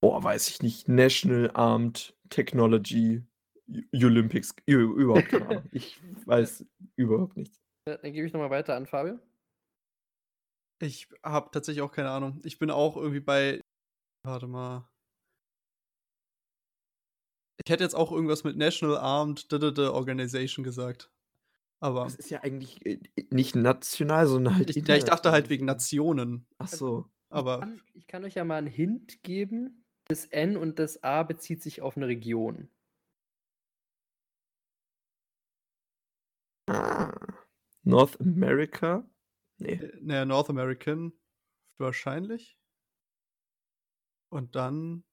Speaker 2: boah, weiß ich nicht, National Armed Technology Olympics. Ü- Überhaupt keine Ahnung. Ich weiß überhaupt nichts.
Speaker 3: Äh, Dann gebe ich nochmal weiter an Fabio.
Speaker 1: Ich habe tatsächlich auch keine Ahnung. Ich bin auch irgendwie bei. Warte mal. Ich hätte jetzt auch irgendwas mit National Armed DDD Organization gesagt. Aber
Speaker 2: Das ist ja eigentlich äh, nicht national, sondern halt.
Speaker 1: ich, ja, ich dachte halt
Speaker 2: international.
Speaker 1: wegen Nationen.
Speaker 2: Ach so.
Speaker 1: Aber
Speaker 3: Kann, ich kann euch ja mal einen Hint geben. Das N und das A bezieht sich auf eine Region.
Speaker 2: Ah. North America? Nee.
Speaker 1: äh, naja, North American wahrscheinlich. Und dann.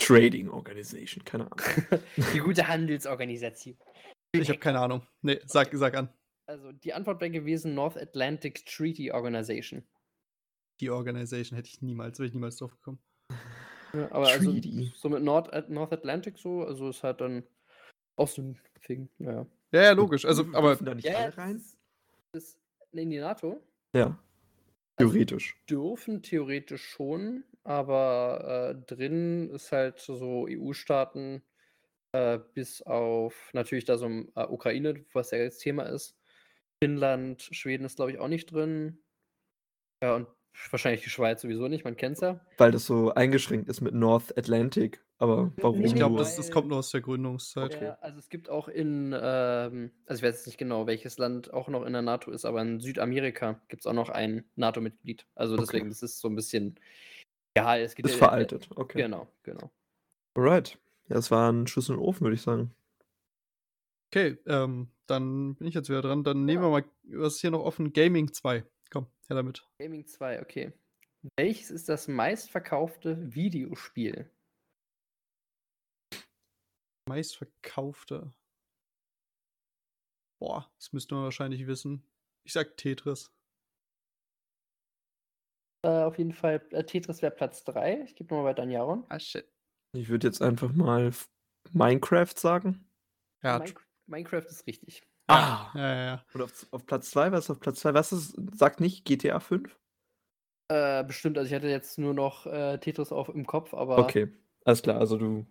Speaker 2: Trading Organization, keine Ahnung.
Speaker 3: Die gute Handelsorganisation.
Speaker 1: Ich habe keine Ahnung. Nee, sag, sag an.
Speaker 3: Also die Antwort wäre gewesen North Atlantic Treaty Organization.
Speaker 1: Die Organisation hätte ich niemals, wäre ich niemals drauf gekommen.
Speaker 3: Ja, aber also,
Speaker 2: Treaty.
Speaker 3: so mit Nord At- North Atlantic so, also ist halt dann auch so ein Ding. Ja.
Speaker 1: Ja, ja, logisch. Also,
Speaker 2: Dürfen
Speaker 1: aber
Speaker 2: da nicht
Speaker 3: Ja, ja,
Speaker 2: alle
Speaker 3: das
Speaker 2: rein?
Speaker 3: ist- Das ist in die NATO Also
Speaker 2: Ja. Theoretisch.
Speaker 3: dürfen theoretisch schon, aber äh, drin ist halt so EU-Staaten äh, bis auf natürlich da so ein, äh, Ukraine, was ja jetzt Thema ist. Finnland, Schweden ist glaube ich auch nicht drin. Ja, und wahrscheinlich die Schweiz sowieso nicht, man kennt's ja.
Speaker 2: Weil das so eingeschränkt ist mit North Atlantic.
Speaker 3: Mhm.
Speaker 2: Aber warum?
Speaker 1: ich glaube,
Speaker 2: nur?
Speaker 1: das, das kommt nur aus der Gründungszeit.
Speaker 3: Ja, also es gibt auch in, ähm, also ich weiß jetzt nicht genau, welches Land auch noch in der NATO ist, aber in Südamerika gibt es auch noch ein NATO-Mitglied. Also
Speaker 2: Okay.
Speaker 3: deswegen, das ist so ein bisschen, ja, es geht
Speaker 2: ist
Speaker 3: ja-
Speaker 2: veraltet. Okay.
Speaker 3: Genau, genau.
Speaker 2: Alright. Ja, das war ein Schuss in den Ofen, würde ich sagen.
Speaker 1: Okay, ähm, dann bin ich jetzt wieder dran. Dann nehmen wir mal, was ist hier noch offen? Gaming 2. Komm, her damit.
Speaker 3: Gaming 2, okay. Welches ist das meistverkaufte Videospiel?
Speaker 1: Meistverkaufte. Boah, das müsste man wahrscheinlich wissen. Ich sag Tetris.
Speaker 3: Äh, auf jeden Fall, äh, Tetris wäre Platz 3. Ich gebe nochmal weiter an Jaron.
Speaker 1: Ah, shit.
Speaker 2: Ich würde jetzt einfach mal F- Minecraft sagen.
Speaker 1: Ja,
Speaker 3: Minec-
Speaker 1: tr-
Speaker 3: Minecraft ist richtig.
Speaker 2: Ah!
Speaker 1: ja, ja, ja.
Speaker 2: Und auf, auf Platz 2, was ist auf Platz 2? Was ist, sagt nicht GTA 5?
Speaker 3: Äh, bestimmt, also ich hatte jetzt nur noch äh, Tetris auf im Kopf, aber
Speaker 2: Okay, alles klar, also du.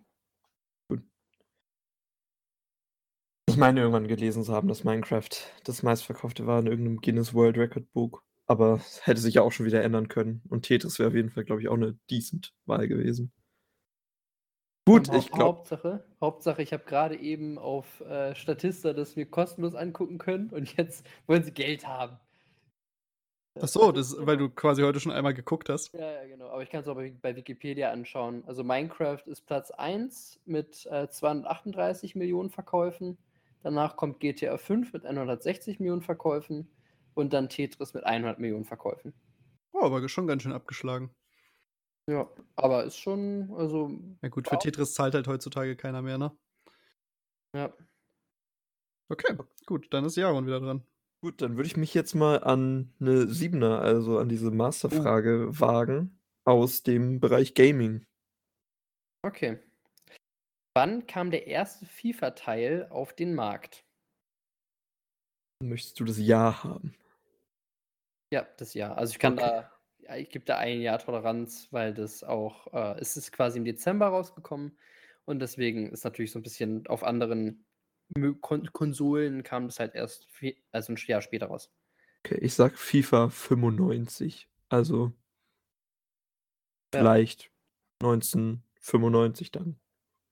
Speaker 2: Gut. Ich meine, irgendwann gelesen zu haben, dass Minecraft das meistverkaufte war in irgendeinem Guinness World Record Book. Aber es hätte sich ja auch schon wieder ändern können. Und Tetris wäre auf jeden Fall, glaube ich, auch eine decent Wahl gewesen. Gut,
Speaker 3: Ähm, Hau-
Speaker 2: ich glaube.
Speaker 3: Hauptsache, Hauptsache, ich habe gerade eben auf äh, Statista das wir kostenlos angucken können und jetzt wollen sie Geld haben. Ja,
Speaker 1: Ach so, das, weil du quasi heute schon einmal geguckt hast.
Speaker 3: Ja, ja, genau. Aber ich kann es auch bei, bei Wikipedia anschauen. Also Minecraft ist Platz 1 mit äh, 238 Millionen Verkäufen. Danach kommt GTA 5 mit 160 Millionen Verkäufen und dann Tetris mit 100 Millionen Verkäufen.
Speaker 1: Oh, aber schon ganz schön abgeschlagen.
Speaker 3: Ja, aber ist schon, also,
Speaker 1: Ja gut, für
Speaker 3: Wow.
Speaker 1: Tetris zahlt halt heutzutage keiner mehr, ne?
Speaker 3: ja.
Speaker 1: Okay, gut, dann ist Jaron wieder dran.
Speaker 2: Gut, dann würde ich mich jetzt mal an eine Siebener, also an diese Masterfrage wagen aus dem Bereich Gaming.
Speaker 3: Okay. Wann kam der erste FIFA-Teil auf den Markt?
Speaker 2: Möchtest du das Ja haben?
Speaker 3: Ja, das Jahr. Also ich kann
Speaker 2: Okay.
Speaker 3: da, ja, ich gebe da ein Jahr Toleranz, weil das auch, äh, es ist quasi im Dezember rausgekommen und deswegen ist natürlich so ein bisschen auf anderen Mö- Kon Konsolen kam das halt erst, vi- also ein Jahr später raus.
Speaker 2: Okay, ich sag FIFA 95. Also
Speaker 3: Ja.
Speaker 2: vielleicht 1995 dann.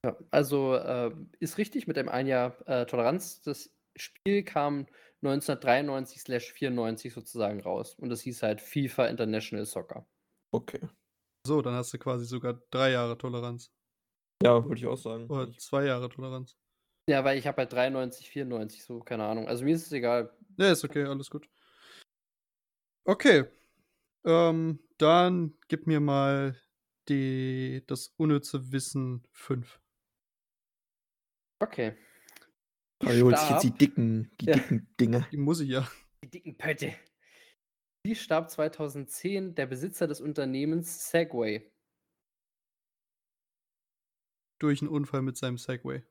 Speaker 3: Ja, also äh, ist richtig mit dem ein Jahr äh, Toleranz. Das Spiel kam 1993/94 sozusagen raus und das hieß halt FIFA International Soccer.
Speaker 2: Okay.
Speaker 1: So, dann hast du quasi sogar drei Jahre Toleranz.
Speaker 2: Ja, würde ich auch sagen.
Speaker 1: Oder
Speaker 2: Ich-
Speaker 1: zwei Jahre Toleranz.
Speaker 3: Ja, weil ich habe halt 93, 94, so, keine Ahnung. Also mir ist es egal.
Speaker 1: Ja, ist okay, alles gut. Okay. Ähm, dann gib mir mal die, das unnütze Wissen 5.
Speaker 3: Okay.
Speaker 2: Mario holt sich jetzt die
Speaker 3: Stab-
Speaker 2: dicken, die
Speaker 3: Ja.
Speaker 2: dicken Dinge.
Speaker 1: Die muss ich ja.
Speaker 3: Die dicken Pötte. Wie starb 2010 der Besitzer des Unternehmens Segway?
Speaker 1: Durch einen Unfall mit seinem Segway.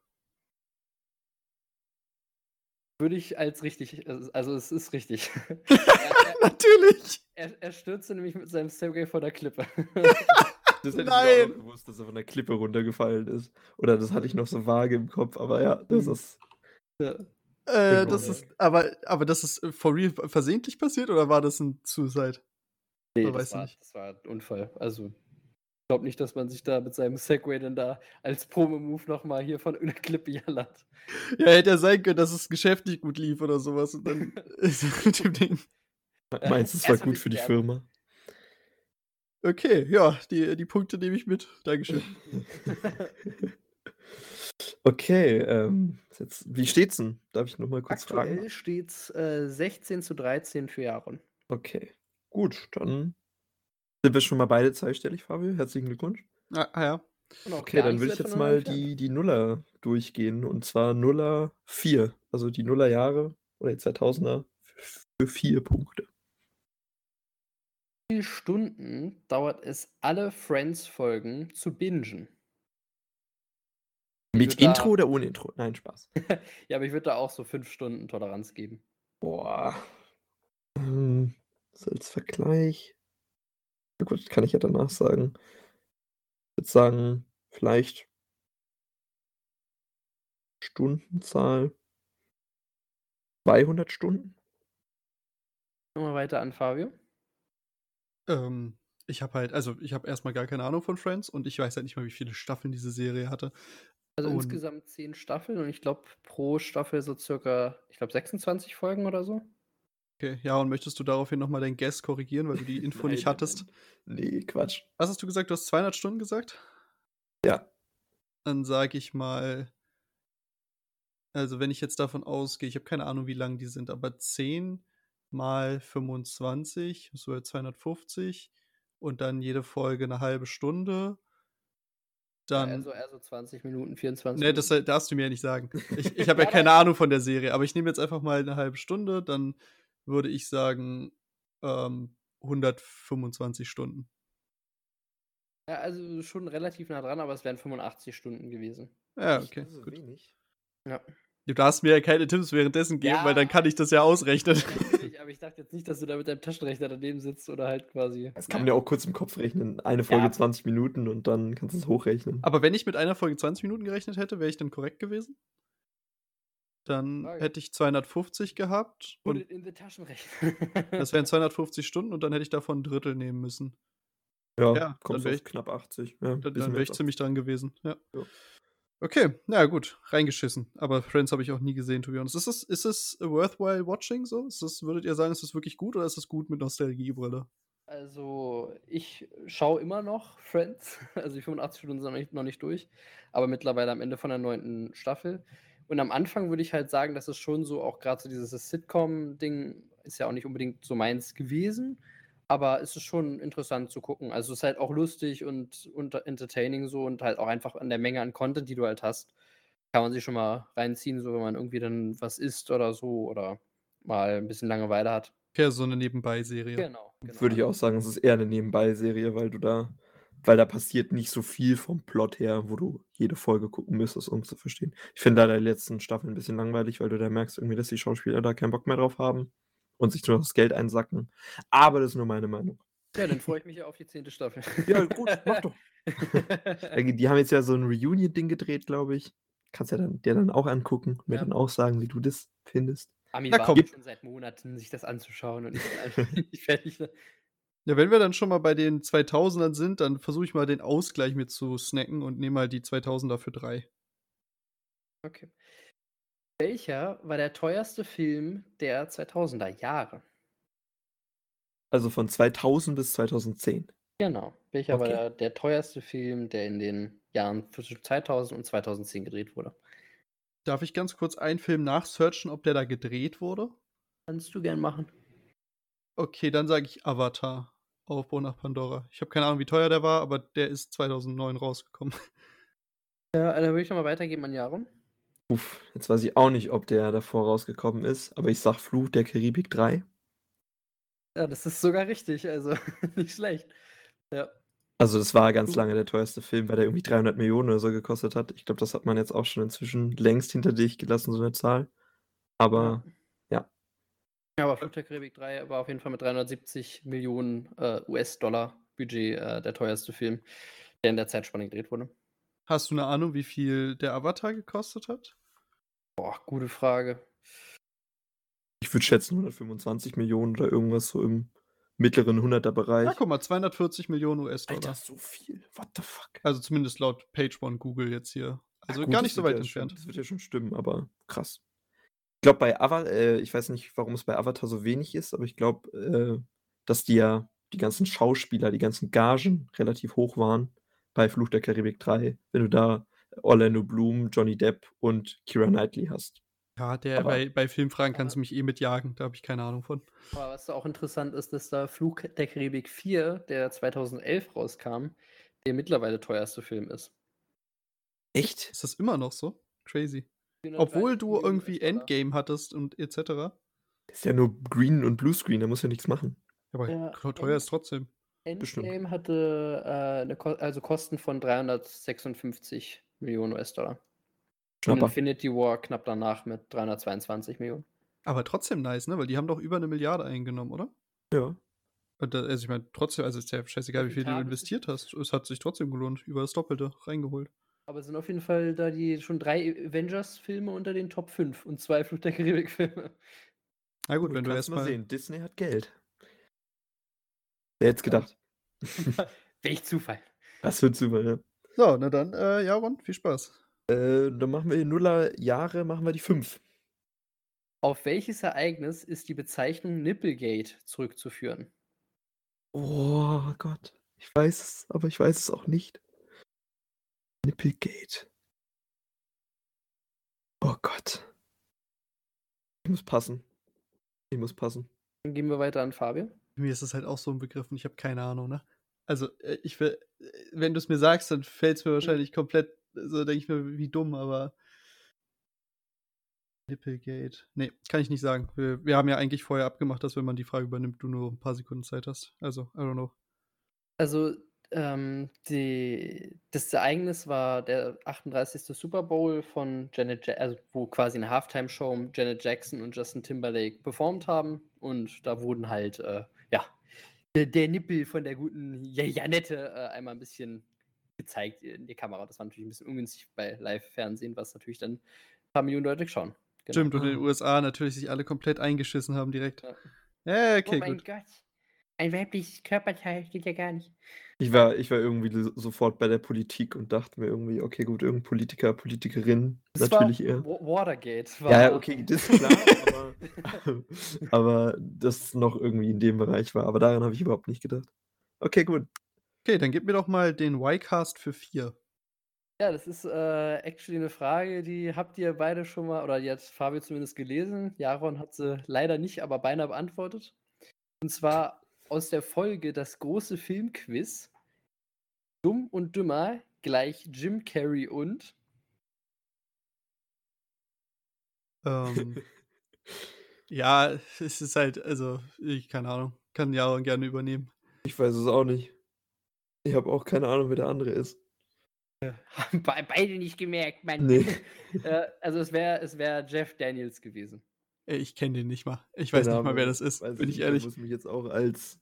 Speaker 3: Würde ich als richtig, also also es ist richtig.
Speaker 1: Natürlich!
Speaker 3: er, er, er stürzte nämlich mit seinem Segway vor der Klippe.
Speaker 2: Das hätte ich auch
Speaker 1: Nein!
Speaker 2: noch gewusst, dass er von der Klippe runtergefallen ist. Oder das hatte ich noch so vage im Kopf, aber ja, das ist.
Speaker 1: Äh,
Speaker 2: Genau.
Speaker 1: das ist, aber, aber das ist äh, for real versehentlich passiert oder war das ein Suicide?
Speaker 3: Nee,
Speaker 1: Man
Speaker 3: das
Speaker 1: weiß
Speaker 3: war,
Speaker 1: nicht.
Speaker 3: das war ein Unfall. Also, ich glaube nicht, dass man sich da mit seinem Segway dann da als Promo-Move nochmal hier von einer Klippe jallert.
Speaker 1: Ja, hätte ja sein können, dass das Geschäft nicht gut lief oder sowas und dann ist er mit dem Ding.
Speaker 3: Ja,
Speaker 2: Meinst du, es war
Speaker 3: erstmal
Speaker 2: gut für die
Speaker 3: sterben.
Speaker 2: Firma?
Speaker 1: Okay, ja, die, die Punkte nehme ich mit. Dankeschön.
Speaker 2: Okay, ähm, ist jetzt, wie steht's denn? Darf ich nochmal kurz fragen?
Speaker 3: Aktuell steht es äh, 16 zu 13 für Jaron.
Speaker 2: Okay, gut, dann sind wir schon mal beide zweistellig, Fabio. Herzlichen Glückwunsch.
Speaker 1: Ah, ah ja.
Speaker 3: Und auch
Speaker 2: Okay,
Speaker 3: gar
Speaker 2: dann
Speaker 3: nicht
Speaker 2: würde ich
Speaker 3: weit
Speaker 2: jetzt mal
Speaker 3: voneinander entfernt.
Speaker 2: die, die Nuller durchgehen und zwar Nuller 4, also die Nuller Jahre oder die 2000er für 4 Punkte.
Speaker 3: Wie viele Stunden dauert es, alle Friends-Folgen zu bingen? Ich
Speaker 2: Mit
Speaker 3: würd da-
Speaker 2: Intro oder ohne Intro? Nein, Spaß.
Speaker 3: Ja, aber ich würde da auch so 5 Stunden Toleranz geben.
Speaker 2: Boah. Ähm, so als Vergleich. Na gut, kann ich ja danach sagen. Ich würde sagen, vielleicht Stundenzahl 200 Stunden.
Speaker 3: Nochmal weiter an Fabio.
Speaker 1: Ähm, ich habe halt, also ich habe erstmal gar keine Ahnung von Friends und ich weiß halt nicht mal, wie viele Staffeln diese Serie hatte.
Speaker 3: Also
Speaker 1: Und-
Speaker 3: insgesamt 10 Staffeln und ich glaube pro Staffel so circa, ich glaube 26 Folgen oder so.
Speaker 1: Okay, ja, und möchtest du daraufhin nochmal dein Guess korrigieren, weil du die Info
Speaker 2: Nein,
Speaker 1: nicht
Speaker 2: nein,
Speaker 1: hattest?
Speaker 2: nein. Nee, Quatsch.
Speaker 1: Was hast du gesagt? Du hast 200 Stunden gesagt?
Speaker 2: Ja.
Speaker 1: Dann sage ich mal, also wenn ich jetzt davon ausgehe, ich habe keine Ahnung, wie lang die sind, aber 10 mal 25, so bei 250 und dann jede Folge eine halbe Stunde. Dann,
Speaker 3: also eher so 20 Minuten, 24
Speaker 1: ne, das
Speaker 3: Minuten.
Speaker 1: darfst du mir ja nicht sagen. Ich, ich habe
Speaker 3: Ja,
Speaker 1: ja
Speaker 3: aber-
Speaker 1: keine Ahnung von der Serie, aber ich nehme jetzt einfach mal eine halbe Stunde, dann würde ich sagen ähm, 125 Stunden.
Speaker 3: Ja, also schon relativ nah dran, aber es wären 85 Stunden gewesen.
Speaker 2: Ah,
Speaker 1: Ja, okay, gut.
Speaker 2: Wenig.
Speaker 1: Du darfst mir ja keine Tipps währenddessen geben, weil dann
Speaker 3: Ja.
Speaker 1: kann ich das ja ausrechnen.
Speaker 3: Ja, natürlich, aber ich dachte jetzt nicht, dass du da mit deinem Taschenrechner daneben sitzt oder halt quasi.
Speaker 2: Das kann man ja auch kurz im Kopf rechnen. Eine Folge
Speaker 3: Ja.
Speaker 2: 20 Minuten und dann kannst du es hochrechnen.
Speaker 1: Aber wenn ich mit einer Folge 20 Minuten gerechnet hätte, wäre ich dann korrekt gewesen? Dann
Speaker 3: Frage.
Speaker 1: hätte ich 250 gehabt
Speaker 3: Put
Speaker 1: und
Speaker 3: it in the Taschenrechner.
Speaker 1: das wären 250 Stunden und dann hätte ich davon ein Drittel nehmen müssen.
Speaker 2: ja,
Speaker 1: ja, dann
Speaker 2: kommst du
Speaker 1: wär
Speaker 2: auf
Speaker 1: ich-
Speaker 2: knapp 80. Ja,
Speaker 1: Dann, dann
Speaker 2: bisschen mehr
Speaker 1: wäre ich
Speaker 2: als
Speaker 1: ziemlich dran gewesen. Ja.
Speaker 2: Ja.
Speaker 1: Okay, na gut, reingeschissen. Aber Friends habe ich auch nie gesehen, to be honest. Ist es, ist es worthwhile watching so? Ist es, würdet ihr sagen, ist es wirklich gut oder ist es gut mit Nostalgiebrille?
Speaker 3: Also, ich schaue immer noch Friends. Also, die 85 Stunden sind noch nicht, noch nicht durch. Aber mittlerweile am Ende von der neunten Staffel. Und am Anfang würde ich halt sagen, dass es schon so auch gerade so dieses Sitcom-Ding ist ja auch nicht unbedingt so meins gewesen. Aber es ist schon interessant zu gucken. Also, es ist halt auch lustig und, und entertaining so und halt auch einfach an der Menge an Content, die du halt hast, kann man sich schon mal reinziehen, so wenn man irgendwie dann was isst oder so oder mal ein bisschen Langeweile hat.
Speaker 1: Okay, so eine Nebenbei-Serie.
Speaker 3: Genau. genau.
Speaker 2: Würde ich auch sagen, es ist eher eine Nebenbei-Serie, weil du da, weil da passiert nicht so viel vom Plot her, wo du jede Folge gucken müsstest, um es zu verstehen. Ich finde leider die letzten Staffeln ein bisschen langweilig, weil du da merkst irgendwie, dass die Schauspieler da keinen Bock mehr drauf haben und sich nur noch das Geld einsacken. Aber das ist nur meine Meinung.
Speaker 3: Ja, dann freue ich mich ja auf die zehnte Staffel.
Speaker 2: Ja, gut, mach doch. Äh, Die haben jetzt ja so ein Reunion-Ding gedreht, glaube ich. Kannst ja dann, dir dann auch angucken und mir
Speaker 3: Ja.
Speaker 2: dann auch sagen, wie du das findest.
Speaker 3: Ami
Speaker 1: Na
Speaker 3: war
Speaker 1: komm.
Speaker 3: schon seit Monaten, sich das anzuschauen und ich bin einfach nicht fertig. ne?
Speaker 1: Ja, wenn wir dann schon mal bei den 2000ern sind, dann versuche ich mal den Ausgleich mit zu snacken und nehme mal die 2000er für drei.
Speaker 3: Okay. Welcher war der teuerste Film der 2000er Jahre?
Speaker 2: Also von 2000 bis 2010.
Speaker 3: Genau. Welcher war
Speaker 2: Okay.
Speaker 3: der, der teuerste Film, der in den Jahren zwischen 2000 und 2010 gedreht wurde?
Speaker 1: Darf ich ganz kurz einen Film nachsearchen, ob der da gedreht wurde?
Speaker 3: Kannst du gern machen.
Speaker 1: Okay, dann sage ich Avatar. Aufbau nach Pandora. Ich habe keine Ahnung, wie teuer der war, aber der ist 2009 rausgekommen.
Speaker 3: Ja, dann würde ich nochmal weitergeben an Jaron.
Speaker 2: Uff, jetzt weiß ich auch nicht, ob der davor rausgekommen ist, aber ich sag Fluch der Karibik 3.
Speaker 3: Ja, das ist sogar richtig, also nicht schlecht. Ja.
Speaker 2: Also das war ganz
Speaker 1: Fluch.
Speaker 2: lange der teuerste Film, weil der irgendwie 300 Millionen oder so gekostet hat. Ich glaube, das hat man jetzt auch schon inzwischen längst hinter dich gelassen, so eine Zahl. Aber ja.
Speaker 3: Ja, aber Flugzeugkaribik 3 war auf jeden Fall mit 370 Millionen äh, US-Dollar Budget äh, der teuerste Film, der in der Zeitspanne gedreht wurde.
Speaker 1: Hast du eine Ahnung, wie viel der Avatar gekostet hat?
Speaker 3: Boah, gute Frage.
Speaker 2: Ich würde schätzen 125 Millionen oder irgendwas so im mittleren 100er Bereich.
Speaker 1: Ja, Ah, guck mal, 240 Millionen US-Dollar.
Speaker 2: so viel. What the fuck?
Speaker 1: Also zumindest laut Page One Google jetzt hier. Also
Speaker 2: Ja, gut,
Speaker 1: gar
Speaker 2: das
Speaker 1: nicht so
Speaker 2: wird
Speaker 1: weit
Speaker 2: ja
Speaker 1: entfernt.
Speaker 2: Schon, das wird ja schon stimmen, aber krass. Ich glaube, bei Avatar, äh, ich weiß nicht, warum es bei Avatar so wenig ist, aber ich glaube, äh, dass die ja die ganzen Schauspieler, die ganzen Gagen relativ hoch waren bei Fluch der Karibik 3, wenn du da Orlando Bloom, Johnny Depp und Kira Knightley hast.
Speaker 1: Ja, der,
Speaker 2: Aber-
Speaker 1: bei, bei Filmfragen kannst du
Speaker 3: aber-
Speaker 1: mich eh mitjagen, da habe ich keine Ahnung von.
Speaker 3: Aber was da auch interessant ist, dass da Flug der Karibik 4, der 2011 rauskam, der mittlerweile teuerste Film ist.
Speaker 2: Echt?
Speaker 1: Ist das immer noch so? Crazy. Obwohl du irgendwie Endgame hattest und etc.
Speaker 2: Das ist ja nur Green und Bluescreen, da muss ja nichts machen.
Speaker 1: Aber
Speaker 3: Ja,
Speaker 1: teu- teuer ist trotzdem.
Speaker 2: bestimmt.
Speaker 3: Endgame hatte äh, eine Ko also Kosten von 356 Millionen US-Dollar. Und
Speaker 2: Schnapper.
Speaker 3: Infinity War knapp danach mit 322 Millionen.
Speaker 1: Aber trotzdem nice, ne? Weil die haben doch über eine Milliarde eingenommen, oder?
Speaker 2: Ja.
Speaker 1: Und da- Also ich meine, trotzdem, also ist ja scheißegal,
Speaker 3: Auf
Speaker 1: wie
Speaker 3: den
Speaker 1: viel du
Speaker 3: Tag ist
Speaker 1: investiert hast. Es hat sich trotzdem gelohnt. Über das Doppelte reingeholt.
Speaker 3: Aber es sind auf jeden Fall da die schon drei Avengers-Filme unter den Top 5 und zwei Flug der Karibik-Filme.
Speaker 1: Na gut, wenn du
Speaker 2: kannst mal
Speaker 1: erstmal.
Speaker 2: sehen, Disney hat Geld. Wer hätte gedacht?
Speaker 3: Welch Zufall.
Speaker 2: Das wird super, ja.
Speaker 1: So, na dann, äh, ja, Ron, viel Spaß.
Speaker 2: Äh, dann machen wir die Nuller Jahre, machen wir die fünf.
Speaker 3: Auf welches Ereignis ist die Bezeichnung Nipplegate zurückzuführen?
Speaker 2: Oh Gott. Ich weiß es, aber ich weiß es auch nicht. Nipplegate. Oh Gott. Ich muss passen. Ich muss passen.
Speaker 3: Dann gehen wir weiter an Fabian.
Speaker 1: Mir ist es halt auch so ein Begriff und ich habe keine Ahnung, ne? Also, äh, ich will, äh, wenn du es mir sagst, dann fällt es mir wahrscheinlich komplett, so denke ich mir, wie dumm, aber. Nipplegate. Nee, kann ich nicht sagen. Wir, wir haben ja eigentlich vorher abgemacht, dass wenn man die Frage übernimmt, du nur ein paar Sekunden Zeit hast. Also, I don't know.
Speaker 3: Also, ähm, die, das Ereignis war der 38. Super Bowl von Janet, ja also wo quasi eine Halftime-Show um Janet Jackson und Justin Timberlake performt haben. Und da wurden halt, äh, ja, der, der Nippel von der guten Ja- Janette äh, einmal ein bisschen gezeigt in die Kamera. Das war natürlich ein bisschen ungünstig bei Live-Fernsehen, was natürlich dann ein paar Millionen Leute schauen. Genau.
Speaker 1: Stimmt, und in den
Speaker 2: Ah.
Speaker 1: USA natürlich sich alle komplett eingeschissen haben direkt.
Speaker 3: Ja.
Speaker 1: Ja, okay,
Speaker 3: oh mein
Speaker 1: gut.
Speaker 3: Gott, ein weibliches Körperteil geht ja gar nicht.
Speaker 2: Ich war, ich war irgendwie so- sofort bei der Politik und dachte mir irgendwie, okay, gut, irgendein Politiker, Politikerin,
Speaker 3: Das war
Speaker 2: natürlich eher.
Speaker 3: Wa- Watergate.
Speaker 2: Ja, ja, okay, das ist klar, aber, aber das noch irgendwie in dem Bereich war. Aber daran habe ich überhaupt nicht gedacht. Okay, gut.
Speaker 1: Okay, dann gib mir doch mal den Y-Cast für vier.
Speaker 3: Ja, das ist äh, actually eine Frage, die habt ihr beide schon mal, oder die hat Fabio zumindest gelesen. Jaron hat sie leider nicht, aber beinahe beantwortet. Und zwar aus der Folge Das große Filmquiz. Dumm und Dümmer gleich Jim Carrey und.
Speaker 1: Ähm, ja, es ist halt, also, ich, keine Ahnung. Kann Jaron gerne übernehmen.
Speaker 2: Ich weiß es auch nicht. Ich habe auch keine Ahnung, wer der andere ist.
Speaker 3: Haben be- beide nicht gemerkt, Mann.
Speaker 2: Nee.
Speaker 3: äh, also es wäre es wär Jeff Daniels gewesen.
Speaker 1: Ey, Ich kenne den nicht mal. Ich weiß
Speaker 2: Keine
Speaker 1: nicht mal, wer
Speaker 2: Ahnung.
Speaker 1: das ist,
Speaker 2: Weiß
Speaker 1: bin ich
Speaker 2: nicht, Ich
Speaker 1: ehrlich.
Speaker 2: muss mich jetzt auch als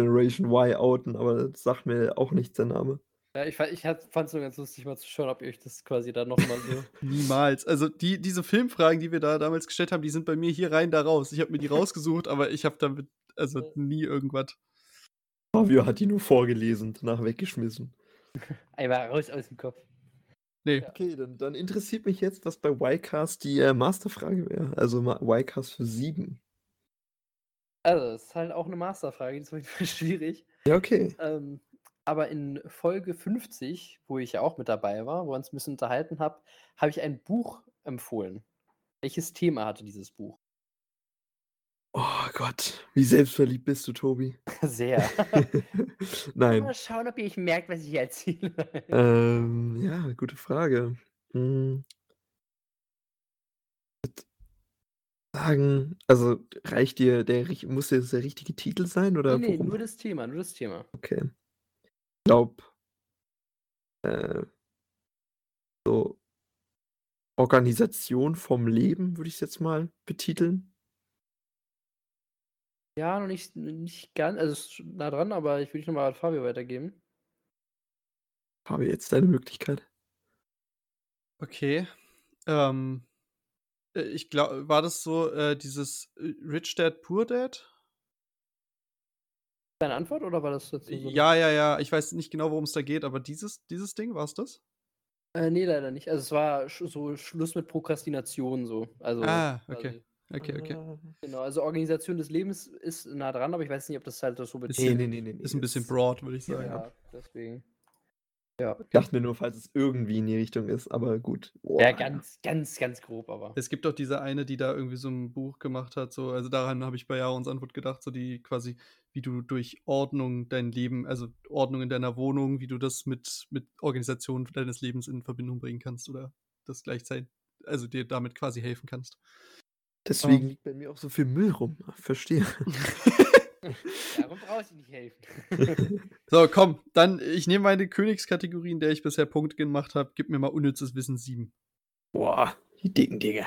Speaker 2: Generation Y outen, aber das sagt mir auch nichts der Name.
Speaker 3: Ja, ich fa- ich fand es nur ganz lustig, mal zu schauen, ob ihr euch das quasi dann nochmal so.
Speaker 1: Niemals. Also die, diese Filmfragen, die wir da damals gestellt haben, die sind bei mir hier rein, da raus. Ich habe mir die rausgesucht, aber ich habe damit also nie irgendwas.
Speaker 2: Fabio hat die nur vorgelesen, danach weggeschmissen.
Speaker 3: Einmal raus aus dem Kopf.
Speaker 1: Nee,
Speaker 2: Okay, dann, dann interessiert mich jetzt, was bei Ycast die äh, Masterfrage wäre. Also Ma- Ycast für sieben.
Speaker 3: Also, es ist halt auch eine Masterfrage, die ist auf jeden Fall schwierig.
Speaker 2: Ja, okay.
Speaker 3: Ähm, aber in Folge 50, wo ich ja auch mit dabei war, wo wir uns ein bisschen unterhalten habe, habe ich ein Buch empfohlen. Welches Thema hatte dieses Buch?
Speaker 2: Oh Gott, wie selbstverliebt bist du, Tobi?
Speaker 3: Sehr.
Speaker 2: Nein.
Speaker 3: Mal schauen, ob ihr euch merkt, was ich hier erzähle.
Speaker 2: Ähm, ja, gute Frage. Hm. Würd Sagen, also reicht dir der richt- muss dir das der richtige Titel sein oder
Speaker 3: nee, nee,
Speaker 2: worum-
Speaker 3: Oh, ne, nur das Thema, nur das Thema.
Speaker 2: okay. Ich glaube äh, so Organisation vom Leben würde ich es jetzt mal betiteln.
Speaker 3: Ja, noch nicht, nicht ganz, also es ist nah dran, aber ich würde nochmal an Fabio weitergeben.
Speaker 2: Habe jetzt deine Möglichkeit.
Speaker 1: Okay. Ähm, äh, ich glaube, war das so äh, dieses äh, Rich Dad, Poor Dad?
Speaker 3: Deine Antwort oder war das jetzt nur so eine-
Speaker 1: Ja, ja, ja. Ich weiß nicht genau, worum es da geht, aber dieses, dieses Ding, war es das?
Speaker 3: Äh, nee, leider nicht. Also es war sch so Schluss mit Prokrastination so. Also
Speaker 1: Ah, okay.
Speaker 3: quasi-
Speaker 1: Okay,
Speaker 2: Äh,
Speaker 1: okay.
Speaker 3: Genau, also Organisation des Lebens ist nah dran, aber ich weiß nicht, ob das halt das so
Speaker 2: Nee,
Speaker 1: Bisschen-
Speaker 2: nee, nee, nee, nee.
Speaker 1: Ist ein bisschen
Speaker 2: das-
Speaker 1: broad, würde ich
Speaker 3: Ja,
Speaker 1: sagen.
Speaker 3: deswegen. Ja.
Speaker 2: Ich dachte mir nur, falls es irgendwie in die Richtung ist, aber gut.
Speaker 3: ja,
Speaker 2: Boah.
Speaker 3: ganz, ganz, ganz grob, aber.
Speaker 1: Es gibt doch diese eine, die da irgendwie so ein Buch gemacht hat, so, also daran habe ich bei Jahrens Antwort gedacht, so die quasi, wie du durch Ordnung dein Leben, also Ordnung in deiner Wohnung, wie du das mit, mit Organisation deines Lebens in Verbindung bringen kannst oder das gleichzeitig, also dir damit quasi helfen kannst.
Speaker 2: Deswegen liegt bei mir auch so viel Müll rum. Ach, Verstehe.
Speaker 3: Darum brauche ich dir nicht helfen.
Speaker 1: So, komm, dann, ich nehme meine Königskategorie, in der ich bisher Punkte gemacht habe, gib mir mal unnützes Wissen 7.
Speaker 2: Boah, die dicken Dinge.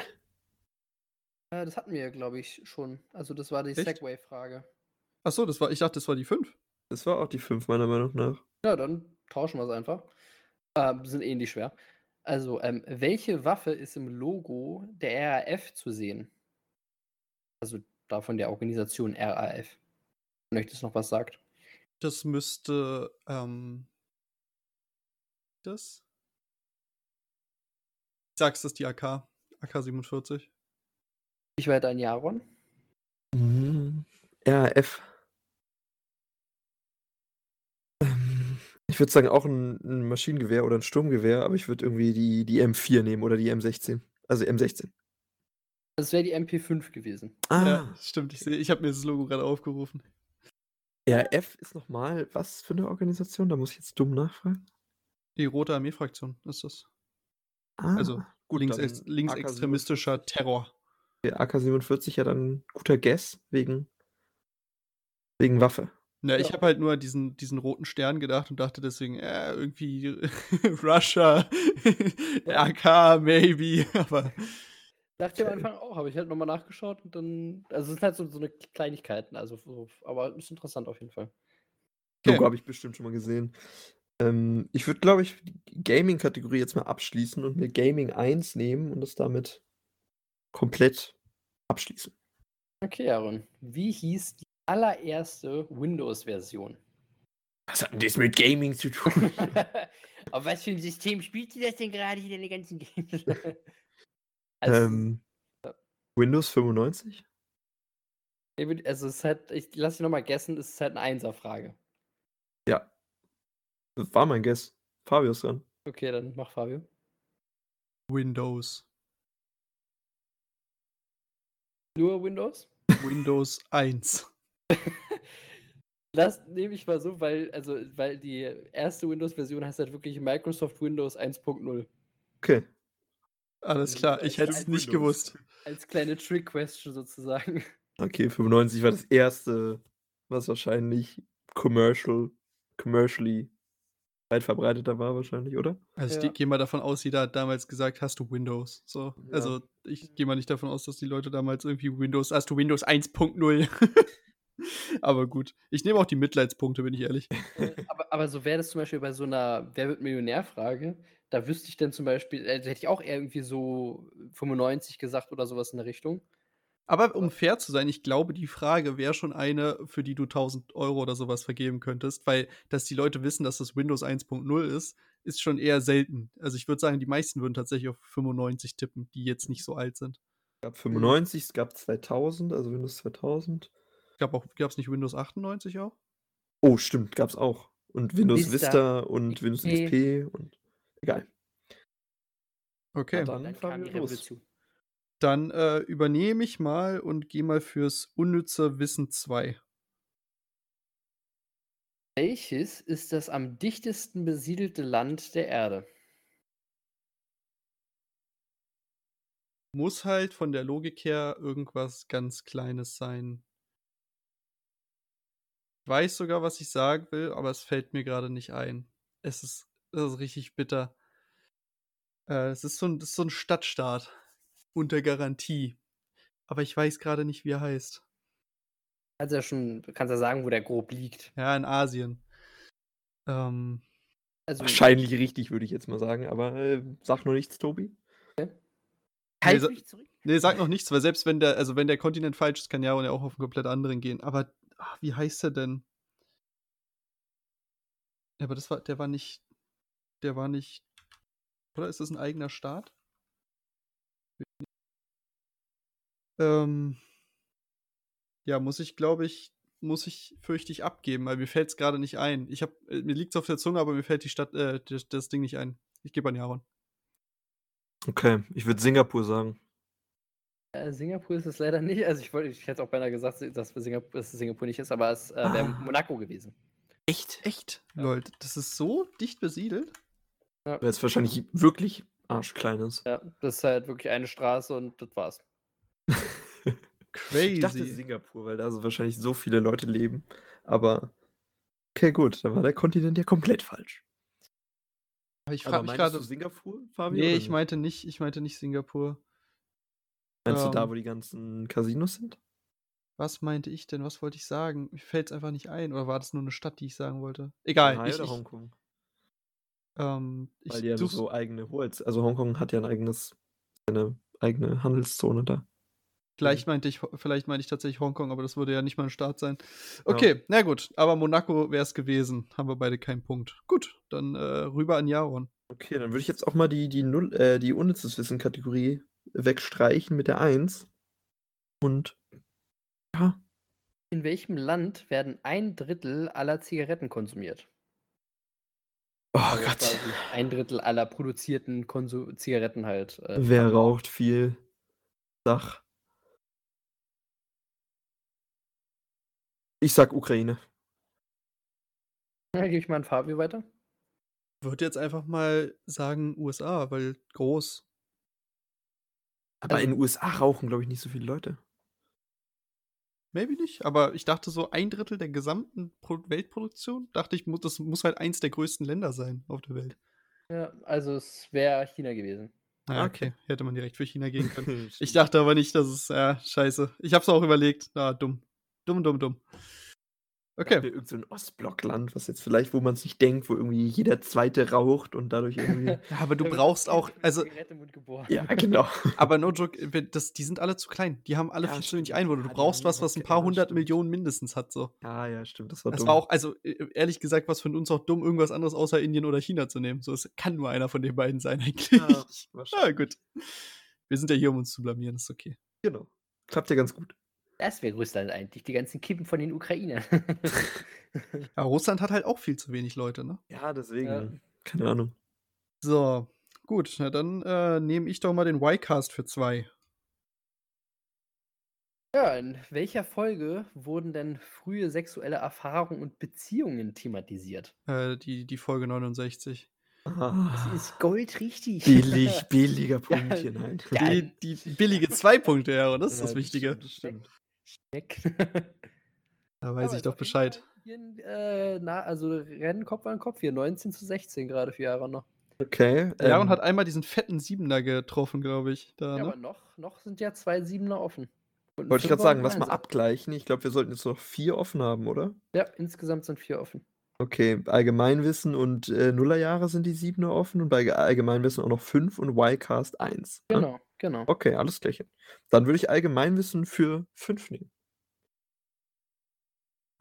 Speaker 3: Äh, das hatten wir, glaube ich, schon. Also das war die
Speaker 1: Echt?
Speaker 3: Segway-Frage.
Speaker 1: Achso, das war, ich dachte, das war die 5.
Speaker 2: Das war auch die 5, meiner Meinung nach.
Speaker 3: Ja, dann tauschen wir es einfach. Ähm, sind ähnlich schwer. Also, ähm, welche Waffe ist im Logo der RAF zu sehen? Also da von der Organisation RAF. Wenn euch das noch was sagt.
Speaker 1: Das müsste, ähm, das? Ich sag's, das ist die AK. AK-47.
Speaker 3: Ich weiter an Jaron.
Speaker 2: Mhm. RAF. Ähm, Ich würde sagen, auch ein, ein Maschinengewehr oder ein Sturmgewehr, aber ich würde irgendwie die, die M4 nehmen oder die M16. Also M16.
Speaker 3: Das wäre die MP5 gewesen.
Speaker 2: Ah,
Speaker 1: Ja, stimmt, ich sehe, ich habe mir das Logo gerade aufgerufen.
Speaker 2: RAF ist nochmal was für eine Organisation? Da muss ich jetzt dumm nachfragen.
Speaker 1: Die Rote Armee-Fraktion ist das.
Speaker 2: Ah,
Speaker 1: Also,
Speaker 2: gut,
Speaker 1: Links
Speaker 2: dann
Speaker 1: linksextremistischer Terror.
Speaker 2: Der AK-47 ja dann ein guter Guess wegen, wegen Waffe.
Speaker 1: Na, ich
Speaker 3: Ja.
Speaker 1: habe halt nur an diesen, diesen roten Stern gedacht und dachte deswegen, äh, irgendwie Russia, AK, maybe, aber
Speaker 3: Dachte ich am
Speaker 2: Okay.
Speaker 3: Anfang auch, habe ich halt nochmal nachgeschaut und dann. Also es sind halt so, so eine Kleinigkeiten, also so, aber ist interessant auf jeden Fall.
Speaker 1: Okay.
Speaker 2: Logo habe ich bestimmt schon mal gesehen. Ähm, ich würde, glaube ich, die Gaming-Kategorie jetzt mal abschließen und mir Gaming 1 nehmen und das damit komplett abschließen.
Speaker 3: Okay, Jaron. Wie hieß die allererste Windows-Version?
Speaker 2: Was hat denn das mit Gaming zu tun?
Speaker 3: Auf was für ein System spielt ihr das denn gerade in den ganzen Games? also,
Speaker 2: ähm,
Speaker 3: ja.
Speaker 2: Windows 95?
Speaker 3: ich würd- also es ist halt, ich lass dich nochmal gessen, es ist halt eine Einser-Frage.
Speaker 2: Ja. Das war mein Guess. Fabio ist dran.
Speaker 3: Okay, dann mach Fabio.
Speaker 1: Windows.
Speaker 3: Nur Windows?
Speaker 1: Windows 1.
Speaker 3: Das nehme ich mal so, weil, also, weil die erste Windows-Version heißt halt wirklich Microsoft Windows 1.0.
Speaker 2: Okay.
Speaker 1: Alles
Speaker 3: Ja,
Speaker 1: klar,
Speaker 3: Windows
Speaker 1: ich hätte es
Speaker 3: als
Speaker 1: nicht
Speaker 2: Windows.
Speaker 1: gewusst.
Speaker 3: Als kleine Trick-Question sozusagen.
Speaker 2: Okay, 95 war das erste, was wahrscheinlich commercial, commercially weit verbreiteter war wahrscheinlich, oder?
Speaker 1: Also
Speaker 3: Ja.
Speaker 1: ich gehe mal davon aus, jeder hat damals gesagt, hast du Windows. So.
Speaker 2: Ja.
Speaker 1: Also ich gehe mal nicht davon aus, dass die Leute damals irgendwie Windows, hast du Windows 1.0. Aber gut. Ich nehme auch die Mitleidspunkte, bin ich ehrlich.
Speaker 3: Äh, aber, aber so wäre das zum Beispiel bei so einer Wer wird Millionär-Frage, da wüsste ich dann zum Beispiel, äh, da hätte ich auch eher irgendwie so 95 gesagt oder sowas in der Richtung.
Speaker 1: Aber um fair zu sein, ich glaube, die Frage wäre schon eine, für die du 1000 Euro oder sowas vergeben könntest, weil, dass die Leute wissen, dass das Windows 1.0 ist, ist schon eher selten. Also ich würde sagen, die meisten würden tatsächlich auf 95 tippen, die jetzt nicht so alt sind.
Speaker 2: Es gab 95, es gab 2000, also Windows 2000.
Speaker 1: Gab es nicht Windows 98 auch?
Speaker 2: Oh, stimmt, gab's auch. Und Windows
Speaker 3: Vista,
Speaker 2: Vista, und Windows
Speaker 1: eh.
Speaker 3: XP.
Speaker 2: XP und
Speaker 1: Hm.
Speaker 2: egal.
Speaker 1: Okay.
Speaker 2: dann fahren wir los.
Speaker 1: Dann äh, übernehme ich mal und gehe mal fürs unnütze Wissen 2.
Speaker 3: Welches ist das am dichtesten besiedelte Land der Erde?
Speaker 1: Muss halt von der Logik her irgendwas ganz Kleines sein. Ich weiß sogar, was ich sagen will, aber es fällt mir gerade nicht ein. Es ist, es ist richtig bitter. Äh, es ist so, ein, das ist so ein Stadtstaat. Unter Garantie. Aber ich weiß gerade nicht, wie er heißt.
Speaker 3: Kannst ja schon, kannst ja sagen, wo der grob liegt.
Speaker 1: Ja, in Asien. Ähm,
Speaker 3: Also
Speaker 2: Wahrscheinlich richtig, würde ich jetzt mal sagen, aber äh, sag nur nichts, Tobi.
Speaker 1: Nee,
Speaker 3: halt
Speaker 1: so-
Speaker 3: mich zurück.
Speaker 1: nee, Ne, sag noch nichts, weil selbst wenn der, also wenn der Kontinent falsch ist, kann ja auch auf einen komplett anderen gehen. Aber ah, wie heißt er denn? Ja, aber das war, der war nicht, der war nicht, oder ist das ein eigener Staat? Ähm, ja, muss ich, glaube ich, muss ich fürchte ich abgeben, weil mir fällt es gerade nicht ein. Ich habe, mir liegt es auf der Zunge, aber mir fällt die Stadt, äh, das, das Ding nicht ein. Ich gebe an Jaron.
Speaker 2: Okay, ich würde Singapur sagen.
Speaker 3: Äh, Singapur ist es leider nicht. Also ich wollte, ich hätte auch beinahe gesagt, dass es Singapur, dass es Singapur nicht ist, aber es äh, wäre
Speaker 2: Ah.
Speaker 3: Monaco gewesen.
Speaker 2: Echt?
Speaker 1: Echt?
Speaker 3: Ja.
Speaker 1: Leute, das ist so dicht besiedelt.
Speaker 2: Weil es wahrscheinlich wirklich arschklein ist.
Speaker 3: Ja, das ist halt wirklich eine Straße und das war's.
Speaker 1: Crazy.
Speaker 2: Ich dachte Singapur, weil da so wahrscheinlich so viele Leute leben. Aber okay, gut, dann war der Kontinent ja komplett falsch.
Speaker 1: Aber ich frage mich gerade.
Speaker 2: Singapur, Fabi?
Speaker 1: Nee, ich meinte nicht, ich meinte nicht Singapur.
Speaker 2: Meinst du da,
Speaker 1: ähm,
Speaker 2: wo die ganzen Casinos sind?
Speaker 1: Was meinte ich denn? Was wollte ich sagen? Mir fällt es einfach nicht ein. Oder war das nur eine Stadt, die ich sagen wollte? Egal.
Speaker 2: Hawaii
Speaker 1: ich,
Speaker 2: oder
Speaker 1: ich,
Speaker 2: Hongkong?
Speaker 1: ähm, ich
Speaker 2: Weil die haben
Speaker 1: such's-
Speaker 2: so eigene Hoheits. Also Hongkong hat ja ein eigenes, eine eigene Handelszone da.
Speaker 1: vielleicht, meinte ich, vielleicht meinte ich tatsächlich Hongkong, aber das würde ja nicht mal ein Staat sein.
Speaker 2: Genau.
Speaker 1: Okay, na gut. Aber Monaco wäre es gewesen. Haben wir beide keinen Punkt. Gut, dann äh, rüber an Jaron.
Speaker 2: Okay, dann würde ich jetzt auch mal die, die, Null, äh, die unnützes Wissen-Kategorie wegstreichen mit der 1. Und ja,
Speaker 3: In welchem Land werden ein Drittel aller Zigaretten konsumiert?
Speaker 2: oh
Speaker 3: Also
Speaker 2: Gott,
Speaker 3: quasi Ein Drittel aller produzierten Konsu Zigaretten halt. Äh,
Speaker 2: wer raucht viel? Sag. Ich sag Ukraine.
Speaker 3: ja, gebe ich mal an Fabio weiter.
Speaker 1: Würde jetzt einfach mal sagen USA, weil groß.
Speaker 2: Aber
Speaker 3: Also-
Speaker 2: in den USA rauchen, glaube ich, nicht so viele Leute.
Speaker 1: Maybe nicht, aber ich dachte so ein Drittel der gesamten Pro Weltproduktion, dachte ich, mu- das muss halt eins der größten Länder sein auf der Welt.
Speaker 3: Ja, also es wäre China gewesen.
Speaker 1: Ah,
Speaker 2: Ah,
Speaker 1: okay. Hätte man direkt für China gehen können. ich
Speaker 2: Stimmt.
Speaker 1: dachte aber nicht, dass es, ja, scheiße. Ich hab's auch überlegt. Ah, dumm. Dumm, dumm, dumm. Okay.
Speaker 2: Irgend so ein Ostblockland, was jetzt vielleicht, wo man es nicht denkt, wo irgendwie jeder Zweite raucht und dadurch irgendwie.
Speaker 1: Ja, aber du brauchst auch, also,
Speaker 3: Zigarette im Mund geboren.
Speaker 2: ja, genau.
Speaker 1: aber no joke, äh, wenn- das, die sind alle zu klein. Die haben alle
Speaker 2: Ja,
Speaker 1: viel zu wenig
Speaker 2: stimmt.
Speaker 1: Einwohner.
Speaker 2: Ja,
Speaker 1: Du
Speaker 2: die
Speaker 1: brauchst
Speaker 2: haben
Speaker 1: was, was ein
Speaker 2: okay,
Speaker 1: paar
Speaker 2: ja,
Speaker 1: hundert
Speaker 2: stimmt.
Speaker 1: Millionen mindestens hat, so.
Speaker 2: Ah, ja, stimmt, das war
Speaker 1: Das
Speaker 2: dumm.
Speaker 1: war auch, also äh, ehrlich gesagt, was von uns auch dumm, irgendwas anderes außer Indien oder China zu nehmen. So, es kann nur einer von den beiden sein, eigentlich.
Speaker 2: Ja,
Speaker 1: Ah,
Speaker 2: wahrscheinlich.
Speaker 1: gut. Wir sind ja hier, um uns zu blamieren, ist okay.
Speaker 2: Genau. Klappt ja ganz gut.
Speaker 3: Das wäre Russland eigentlich, die ganzen Kippen von den Ukrainern.
Speaker 1: Aber Russland hat halt auch viel zu wenig Leute, ne?
Speaker 2: Ja, deswegen. Keine Ahnung.
Speaker 1: So, gut, na dann äh, nehme ich doch mal den Y-Cast für zwei.
Speaker 3: Ja, in welcher Folge wurden denn frühe sexuelle Erfahrungen und Beziehungen thematisiert?
Speaker 1: Äh, die, die Folge 69.
Speaker 3: Das
Speaker 2: Ah,
Speaker 3: ist goldrichtig.
Speaker 2: billig, billiger Punktchen halt.
Speaker 3: Ja,
Speaker 1: Die, die billige zwei Punkte, ja, das ist
Speaker 2: Ja,
Speaker 1: das Wichtige.
Speaker 2: stimmt, Das stimmt.
Speaker 3: Weg.
Speaker 1: Da weiß ich doch Bescheid.
Speaker 3: Hier, ein, also äh, na, also Rennen Kopf an Kopf hier, 19 zu 16 gerade für Jahre noch.
Speaker 2: Okay.
Speaker 1: Ähm, Jaron
Speaker 2: ähm,
Speaker 1: hat einmal diesen fetten Siebener getroffen, glaube ich. Da,
Speaker 3: Ja, aber
Speaker 1: ne?
Speaker 3: noch, noch sind ja zwei Siebener offen. Und ein
Speaker 2: Wollte ich gerade
Speaker 3: Fünfer
Speaker 2: sagen,
Speaker 3: und
Speaker 2: lass
Speaker 3: ein
Speaker 2: mal
Speaker 3: Einser.
Speaker 2: abgleichen. Ich glaube, wir sollten jetzt noch vier offen haben, oder?
Speaker 3: Ja, insgesamt sind vier offen.
Speaker 2: Okay, Allgemeinwissen und äh, Nullerjahre sind die Siebener offen und bei Ge- Allgemeinwissen auch noch fünf und Ycast eins. ne?
Speaker 3: Genau, genau.
Speaker 2: Okay, alles gleich. Dann würde ich Allgemeinwissen für fünf nehmen.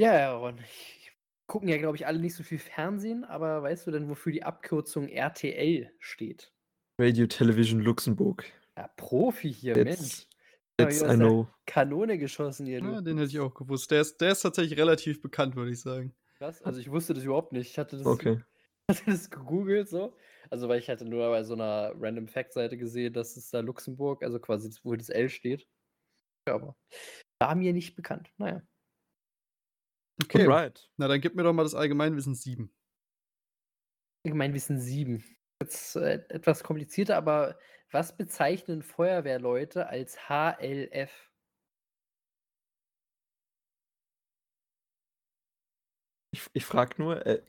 Speaker 3: Ja, Aaron, ich- gucken ja, glaube ich, alle nicht so viel Fernsehen, aber weißt du denn, wofür die Abkürzung RTL steht?
Speaker 2: Radio Television Luxemburg.
Speaker 3: Ja, Profi hier, Mensch.
Speaker 2: Jetzt,
Speaker 3: Ja,
Speaker 2: jetzt
Speaker 3: wie
Speaker 2: I
Speaker 3: gesagt,
Speaker 2: know.
Speaker 3: Kanone geschossen hier, du.
Speaker 1: Ja, den hätte ich auch gewusst. Der ist, der ist tatsächlich relativ bekannt, würde ich sagen.
Speaker 3: Krass, also ich wusste das überhaupt nicht. Ich hatte das,
Speaker 2: Okay.
Speaker 3: hatte das gegoogelt so. Also weil ich hatte nur bei so einer Random Fact-Seite gesehen, dass es da Luxemburg, also quasi das- wo das L steht. Ja, aber war mir nicht bekannt. Naja.
Speaker 1: Okay,
Speaker 2: Alright.
Speaker 1: na dann gib mir doch mal das Allgemeinwissen 7.
Speaker 3: Allgemeinwissen 7. Jetzt äh, etwas komplizierter, aber was bezeichnen Feuerwehrleute als HLF?
Speaker 2: Ich, ich frage nur, äh,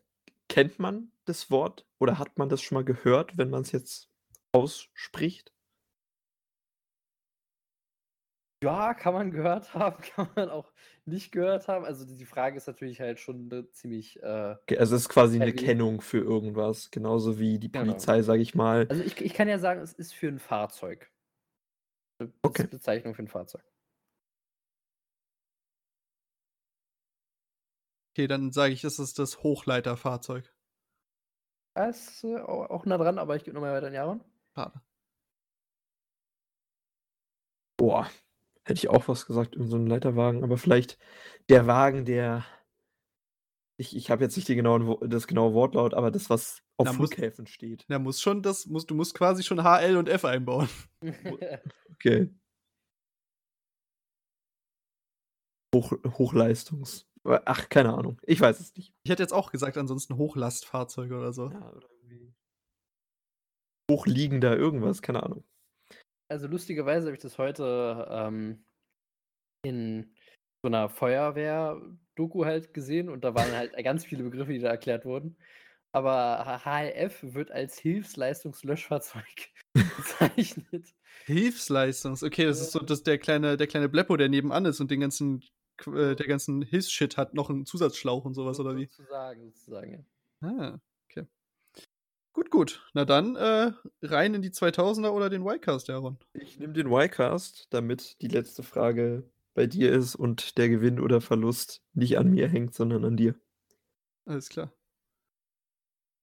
Speaker 2: kennt man das Wort oder hat man das schon mal gehört, wenn man es jetzt ausspricht?
Speaker 3: Ja, kann man gehört haben, kann man auch nicht gehört haben. Also die Frage ist natürlich halt schon eine ziemlich. Äh,
Speaker 2: Okay, also es ist quasi eine
Speaker 3: Heavy.
Speaker 2: Kennung für irgendwas, genauso wie die
Speaker 3: Genau.
Speaker 2: Polizei, sage ich mal.
Speaker 3: also ich, ich kann ja sagen, es ist für ein Fahrzeug. Eine Be-
Speaker 2: Okay.
Speaker 3: Bezeichnung für ein Fahrzeug.
Speaker 1: Okay, dann sage ich, es ist das Hochleiterfahrzeug.
Speaker 3: Ja, ist äh, au- auch nah dran, aber ich gebe nochmal weiter an Jaron.
Speaker 1: Schade.
Speaker 2: Boah, hätte ich auch was gesagt in so einem Leiterwagen, aber vielleicht der Wagen, der ich, ich habe jetzt nicht die genauen, Wo- das genaue Wortlaut, aber das, was auf
Speaker 1: Na, muss-
Speaker 2: Flughäfen steht.
Speaker 1: Da muss schon das, muss, du musst quasi schon HL und F einbauen.
Speaker 2: Okay. Hoch, Hochleistungs. Ach, keine Ahnung. Ich weiß es nicht.
Speaker 1: Ich hätte jetzt auch gesagt, ansonsten Hochlastfahrzeuge oder so.
Speaker 2: Ja, oder irgendwie. Hochliegender irgendwas, keine Ahnung.
Speaker 3: Also lustigerweise habe ich das heute ähm, in so einer Feuerwehr-Doku halt gesehen und da waren halt ganz viele Begriffe, die da erklärt wurden. Aber H- HLF wird als Hilfsleistungslöschfahrzeug bezeichnet.
Speaker 1: Hilfsleistungs. Okay, das ist so dass der kleine, der kleine Bleppo, der nebenan ist und den ganzen, Qu- äh, der ganzen Hilfsshit hat, noch einen Zusatzschlauch und sowas oder wie.
Speaker 3: Sozusagen, sozusagen. Ja.
Speaker 1: Ah, okay. Gut, gut. Na dann, äh, rein in die 2000er oder den Ycast, Aaron.
Speaker 2: Ich nehme den Y-Cast, damit die letzte Frage bei dir ist und der Gewinn oder Verlust nicht an mir hängt, sondern an dir.
Speaker 1: Alles klar.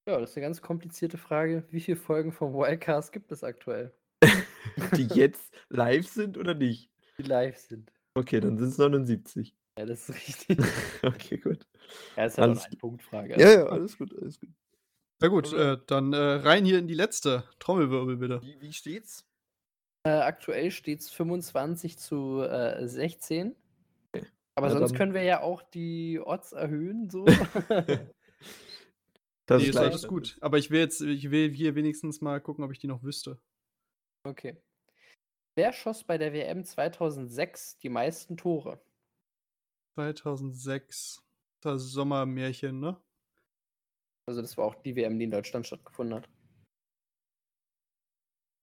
Speaker 3: ja, das ist eine ganz komplizierte Frage. Wie viele Folgen vom Wildcast gibt es aktuell,
Speaker 2: Die jetzt live sind oder nicht?
Speaker 3: die live sind?
Speaker 2: Okay, dann sind es 79.
Speaker 3: Ja, das ist richtig.
Speaker 2: okay, gut.
Speaker 3: Ja, ist halt
Speaker 2: Alles-
Speaker 3: auch eine Punktfrage.
Speaker 2: Ja, ja, alles gut, alles gut.
Speaker 1: Na gut,
Speaker 2: Oder-
Speaker 1: äh, dann äh, rein hier in die letzte. Trommelwirbel bitte.
Speaker 2: Wie, wie steht's?
Speaker 3: Äh, aktuell steht es 25 zu äh, 16.
Speaker 2: Okay.
Speaker 3: Aber
Speaker 2: Na
Speaker 3: sonst
Speaker 2: dann-
Speaker 3: können wir ja auch die Odds erhöhen. So.
Speaker 2: Das
Speaker 1: Nee, ist
Speaker 2: gleicht
Speaker 1: alles
Speaker 2: dann
Speaker 1: gut. Aber ich will jetzt, ich will hier wenigstens mal gucken, ob ich die noch wüsste.
Speaker 3: okay. Wer schoss bei der WM 2006 die meisten Tore?
Speaker 1: 2006. Das Sommermärchen, ne?
Speaker 3: Also das war auch die WM, die in Deutschland stattgefunden hat.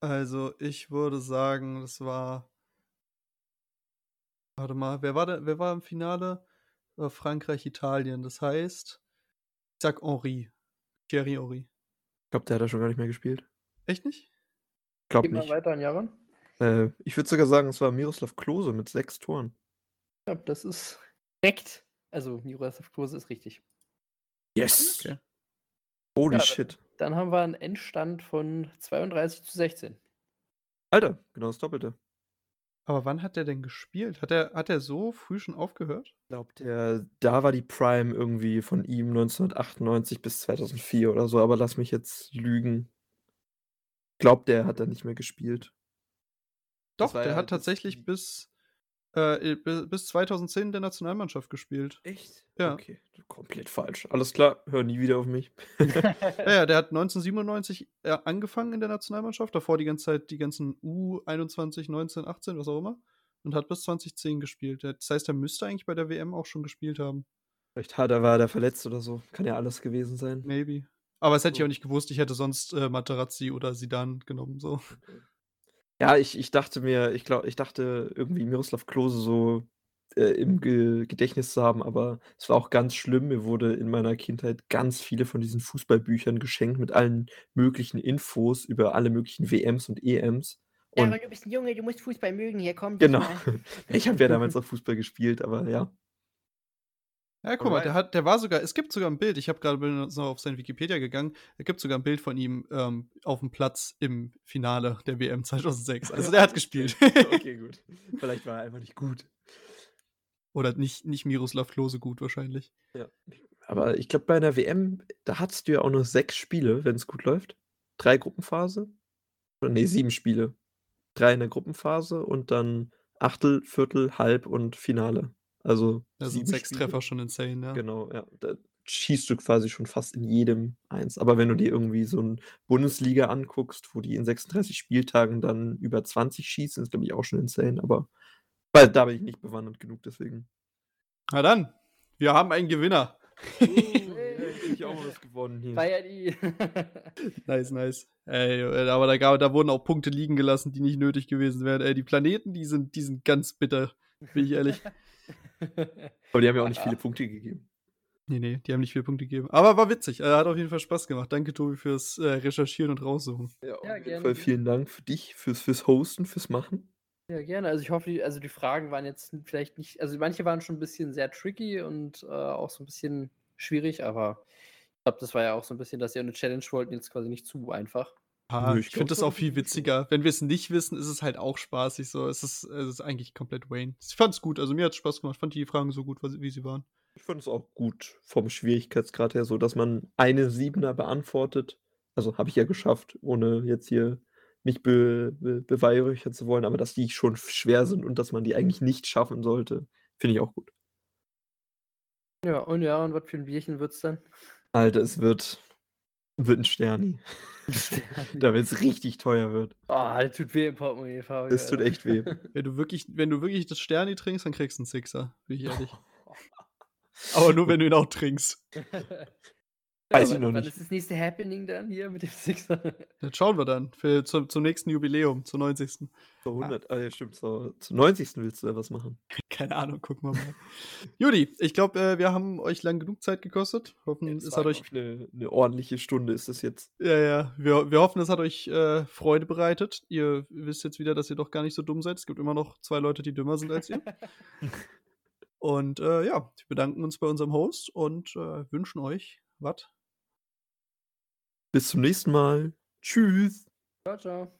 Speaker 1: Also, ich würde sagen, das war. Warte mal, wer war, da, wer war im Finale? Äh, Frankreich, Italien. Das heißt, ich sag Henri. Thierry Henri.
Speaker 2: Ich glaube, der hat da schon gar nicht mehr gespielt.
Speaker 1: Echt nicht?
Speaker 2: Glaub
Speaker 3: Gehen wir
Speaker 2: nicht.
Speaker 3: weiter an Jaron.
Speaker 2: Äh, ich würde sogar sagen, es war Miroslav Klose mit sechs Toren.
Speaker 3: Ja, das ist direkt. Also Miroslav Klose ist richtig.
Speaker 2: Yes! Holy
Speaker 3: Ja,
Speaker 2: shit.
Speaker 3: Dann haben wir einen Endstand von 32 zu 16.
Speaker 2: Alter, genau das Doppelte.
Speaker 1: Aber wann hat der denn gespielt? Hat er hat er so früh schon aufgehört?
Speaker 2: Glaubt der, da war die Prime irgendwie von ihm 1998 bis 2004 oder so, aber lass mich jetzt lügen. Glaubt der hat da nicht mehr gespielt. Das
Speaker 1: Doch,
Speaker 2: war
Speaker 1: der
Speaker 2: ja
Speaker 1: hat
Speaker 2: das-
Speaker 1: tatsächlich bis, äh, bi- bis 2010 in der Nationalmannschaft gespielt.
Speaker 2: Echt?
Speaker 1: Ja.
Speaker 2: Okay, komplett falsch. Alles klar, hör nie wieder auf mich.
Speaker 1: Ah Ja, ja, der hat 1997 äh, angefangen in der Nationalmannschaft, davor die ganze Zeit die ganzen U21, 19, 18, was auch immer, und hat bis 2010 gespielt. Das heißt, er müsste eigentlich bei der WM auch schon gespielt haben.
Speaker 2: Vielleicht hat er, war er verletzt oder so. Kann ja alles gewesen sein.
Speaker 1: Maybe. Aber das hätte ich auch nicht gewusst. Ich hätte sonst äh, Materazzi oder Sidan genommen. So.
Speaker 2: Ja, ich, ich dachte mir, ich glaube, ich dachte irgendwie Miroslav Klose so äh,
Speaker 3: Mhm.
Speaker 2: im Ge Gedächtnis zu haben, aber es war auch ganz schlimm. Mir wurde in meiner Kindheit ganz viele von diesen Fußballbüchern geschenkt mit allen möglichen Infos über alle möglichen WMs und EMs. Und
Speaker 3: du bist ein Junge, du musst Fußball mögen. Hier kommt
Speaker 2: genau, ich habe ja damals auch Fußball gespielt, aber ja.
Speaker 1: Ja, guck mal, der,
Speaker 2: Alright.
Speaker 1: hat, der war sogar, es gibt sogar ein Bild, ich habe gerade bin jetzt noch auf sein Wikipedia gegangen, es gibt sogar ein Bild von ihm ähm, auf dem Platz im Finale der WM 2006. Also der hat gespielt.
Speaker 2: Okay, gut. Vielleicht war er einfach nicht gut.
Speaker 1: oder nicht, nicht Miroslav Klose gut wahrscheinlich.
Speaker 2: Aber ich glaube, bei einer WM, da hattest du ja auch nur sechs Spiele, wenn es gut läuft. Drei Gruppenphase. Oder nee, sieben Spiele. Drei in der Gruppenphase und dann Achtel, Viertel, Halb und Finale. Also
Speaker 1: Da sind
Speaker 2: sieben
Speaker 1: sechs
Speaker 2: Spiele.
Speaker 1: Treffer schon insane, ja.
Speaker 2: Genau, ja. Da schießt du quasi schon fast in jedem eins. Aber wenn du dir irgendwie so ein Bundesliga anguckst, wo die in 36 Spieltagen dann über 20 schießen, ist, glaube ich, auch schon insane. Aber weil da bin ich nicht bewandert genug, deswegen.
Speaker 1: Na dann, wir haben einen Gewinner.
Speaker 3: Hey.
Speaker 2: ich auch mal was gewonnen hier.
Speaker 3: War ja die.
Speaker 1: Nice, nice. Ey, äh, aber da, gab, da wurden auch Punkte liegen gelassen, die nicht nötig gewesen wären. Ey, die Planeten, die sind, die sind ganz bitter, bin ich ehrlich.
Speaker 2: Aber die haben ja auch nicht viele Punkte gegeben.
Speaker 1: Nee, nee, die haben nicht viele Punkte gegeben. Aber war witzig. Äh, hat auf jeden Fall Spaß gemacht. Danke, Tobi, fürs äh, Recherchieren und Raussuchen.
Speaker 2: Ja, auf jeden
Speaker 3: gerne,
Speaker 2: Fall
Speaker 3: gerne.
Speaker 2: vielen Dank für dich, fürs, fürs Hosten, fürs Machen.
Speaker 3: ja, gerne. Also ich hoffe, die, also die Fragen waren jetzt vielleicht nicht. Also manche waren schon ein bisschen sehr tricky und äh, auch so ein bisschen schwierig, aber ich glaube, das war ja auch so ein bisschen, dass ihr eine Challenge wollt und jetzt quasi nicht zu einfach.
Speaker 1: Ah,
Speaker 2: Nö,
Speaker 1: ich
Speaker 2: ich
Speaker 1: finde
Speaker 2: glaub
Speaker 1: das
Speaker 2: schon,
Speaker 1: auch viel
Speaker 2: finde ich schon.
Speaker 1: witziger. Wenn wir es nicht wissen, ist es halt auch spaßig. So, es ist, es ist eigentlich komplett Wayne. Ich fand's gut. Also mir hat's Spaß gemacht. Ich fand die Fragen so gut, was- wie sie waren.
Speaker 2: Ich fand es auch gut vom Schwierigkeitsgrad her, so dass man eine Siebener beantwortet. Also habe ich ja geschafft, ohne jetzt hier mich be, be, beweihräuchern zu wollen, aber dass die schon schwer sind und dass man die eigentlich nicht schaffen sollte, finde ich auch gut.
Speaker 3: Ja, und ja, und was für ein Bierchen wird's dann?
Speaker 2: Alter, es wird, wird ein Sterni.
Speaker 3: oh,
Speaker 2: Damit es richtig teuer wird.
Speaker 3: ah, das tut weh im Portemonnaie, Fabio.
Speaker 2: Es tut echt weh.
Speaker 1: Wenn du wirklich, wenn du wirklich das Sterni trinkst, dann kriegst du einen Sixer, bin ich ehrlich. aber nur, wenn du ihn auch trinkst.
Speaker 2: Weiß ich
Speaker 3: wann-
Speaker 2: noch
Speaker 3: Wann
Speaker 2: nicht.
Speaker 3: ist das nächste Happening dann hier mit dem Sixer?
Speaker 1: Dann schauen wir dann. Für, zum, zum nächsten Jubiläum, zur 90.
Speaker 2: Zur 100, ah ja, stimmt, zur, zur 90. willst du da was machen.
Speaker 1: Keine Ahnung, gucken wir mal. Judy, ich glaube, äh, wir haben euch lang genug Zeit gekostet. Hoffen,
Speaker 3: Jetzt
Speaker 1: es hat euch,
Speaker 2: Eine, eine ordentliche Stunde ist es jetzt.
Speaker 1: ja, ja, wir, wir hoffen, es hat euch äh, Freude bereitet. Ihr wisst jetzt wieder, dass ihr doch gar nicht so dumm seid. Es gibt immer noch zwei Leute, die dümmer sind als ihr. und äh, ja, wir bedanken uns bei unserem Host und äh, wünschen euch was.
Speaker 2: Bis zum nächsten Mal. Tschüss.
Speaker 3: Ciao, ciao.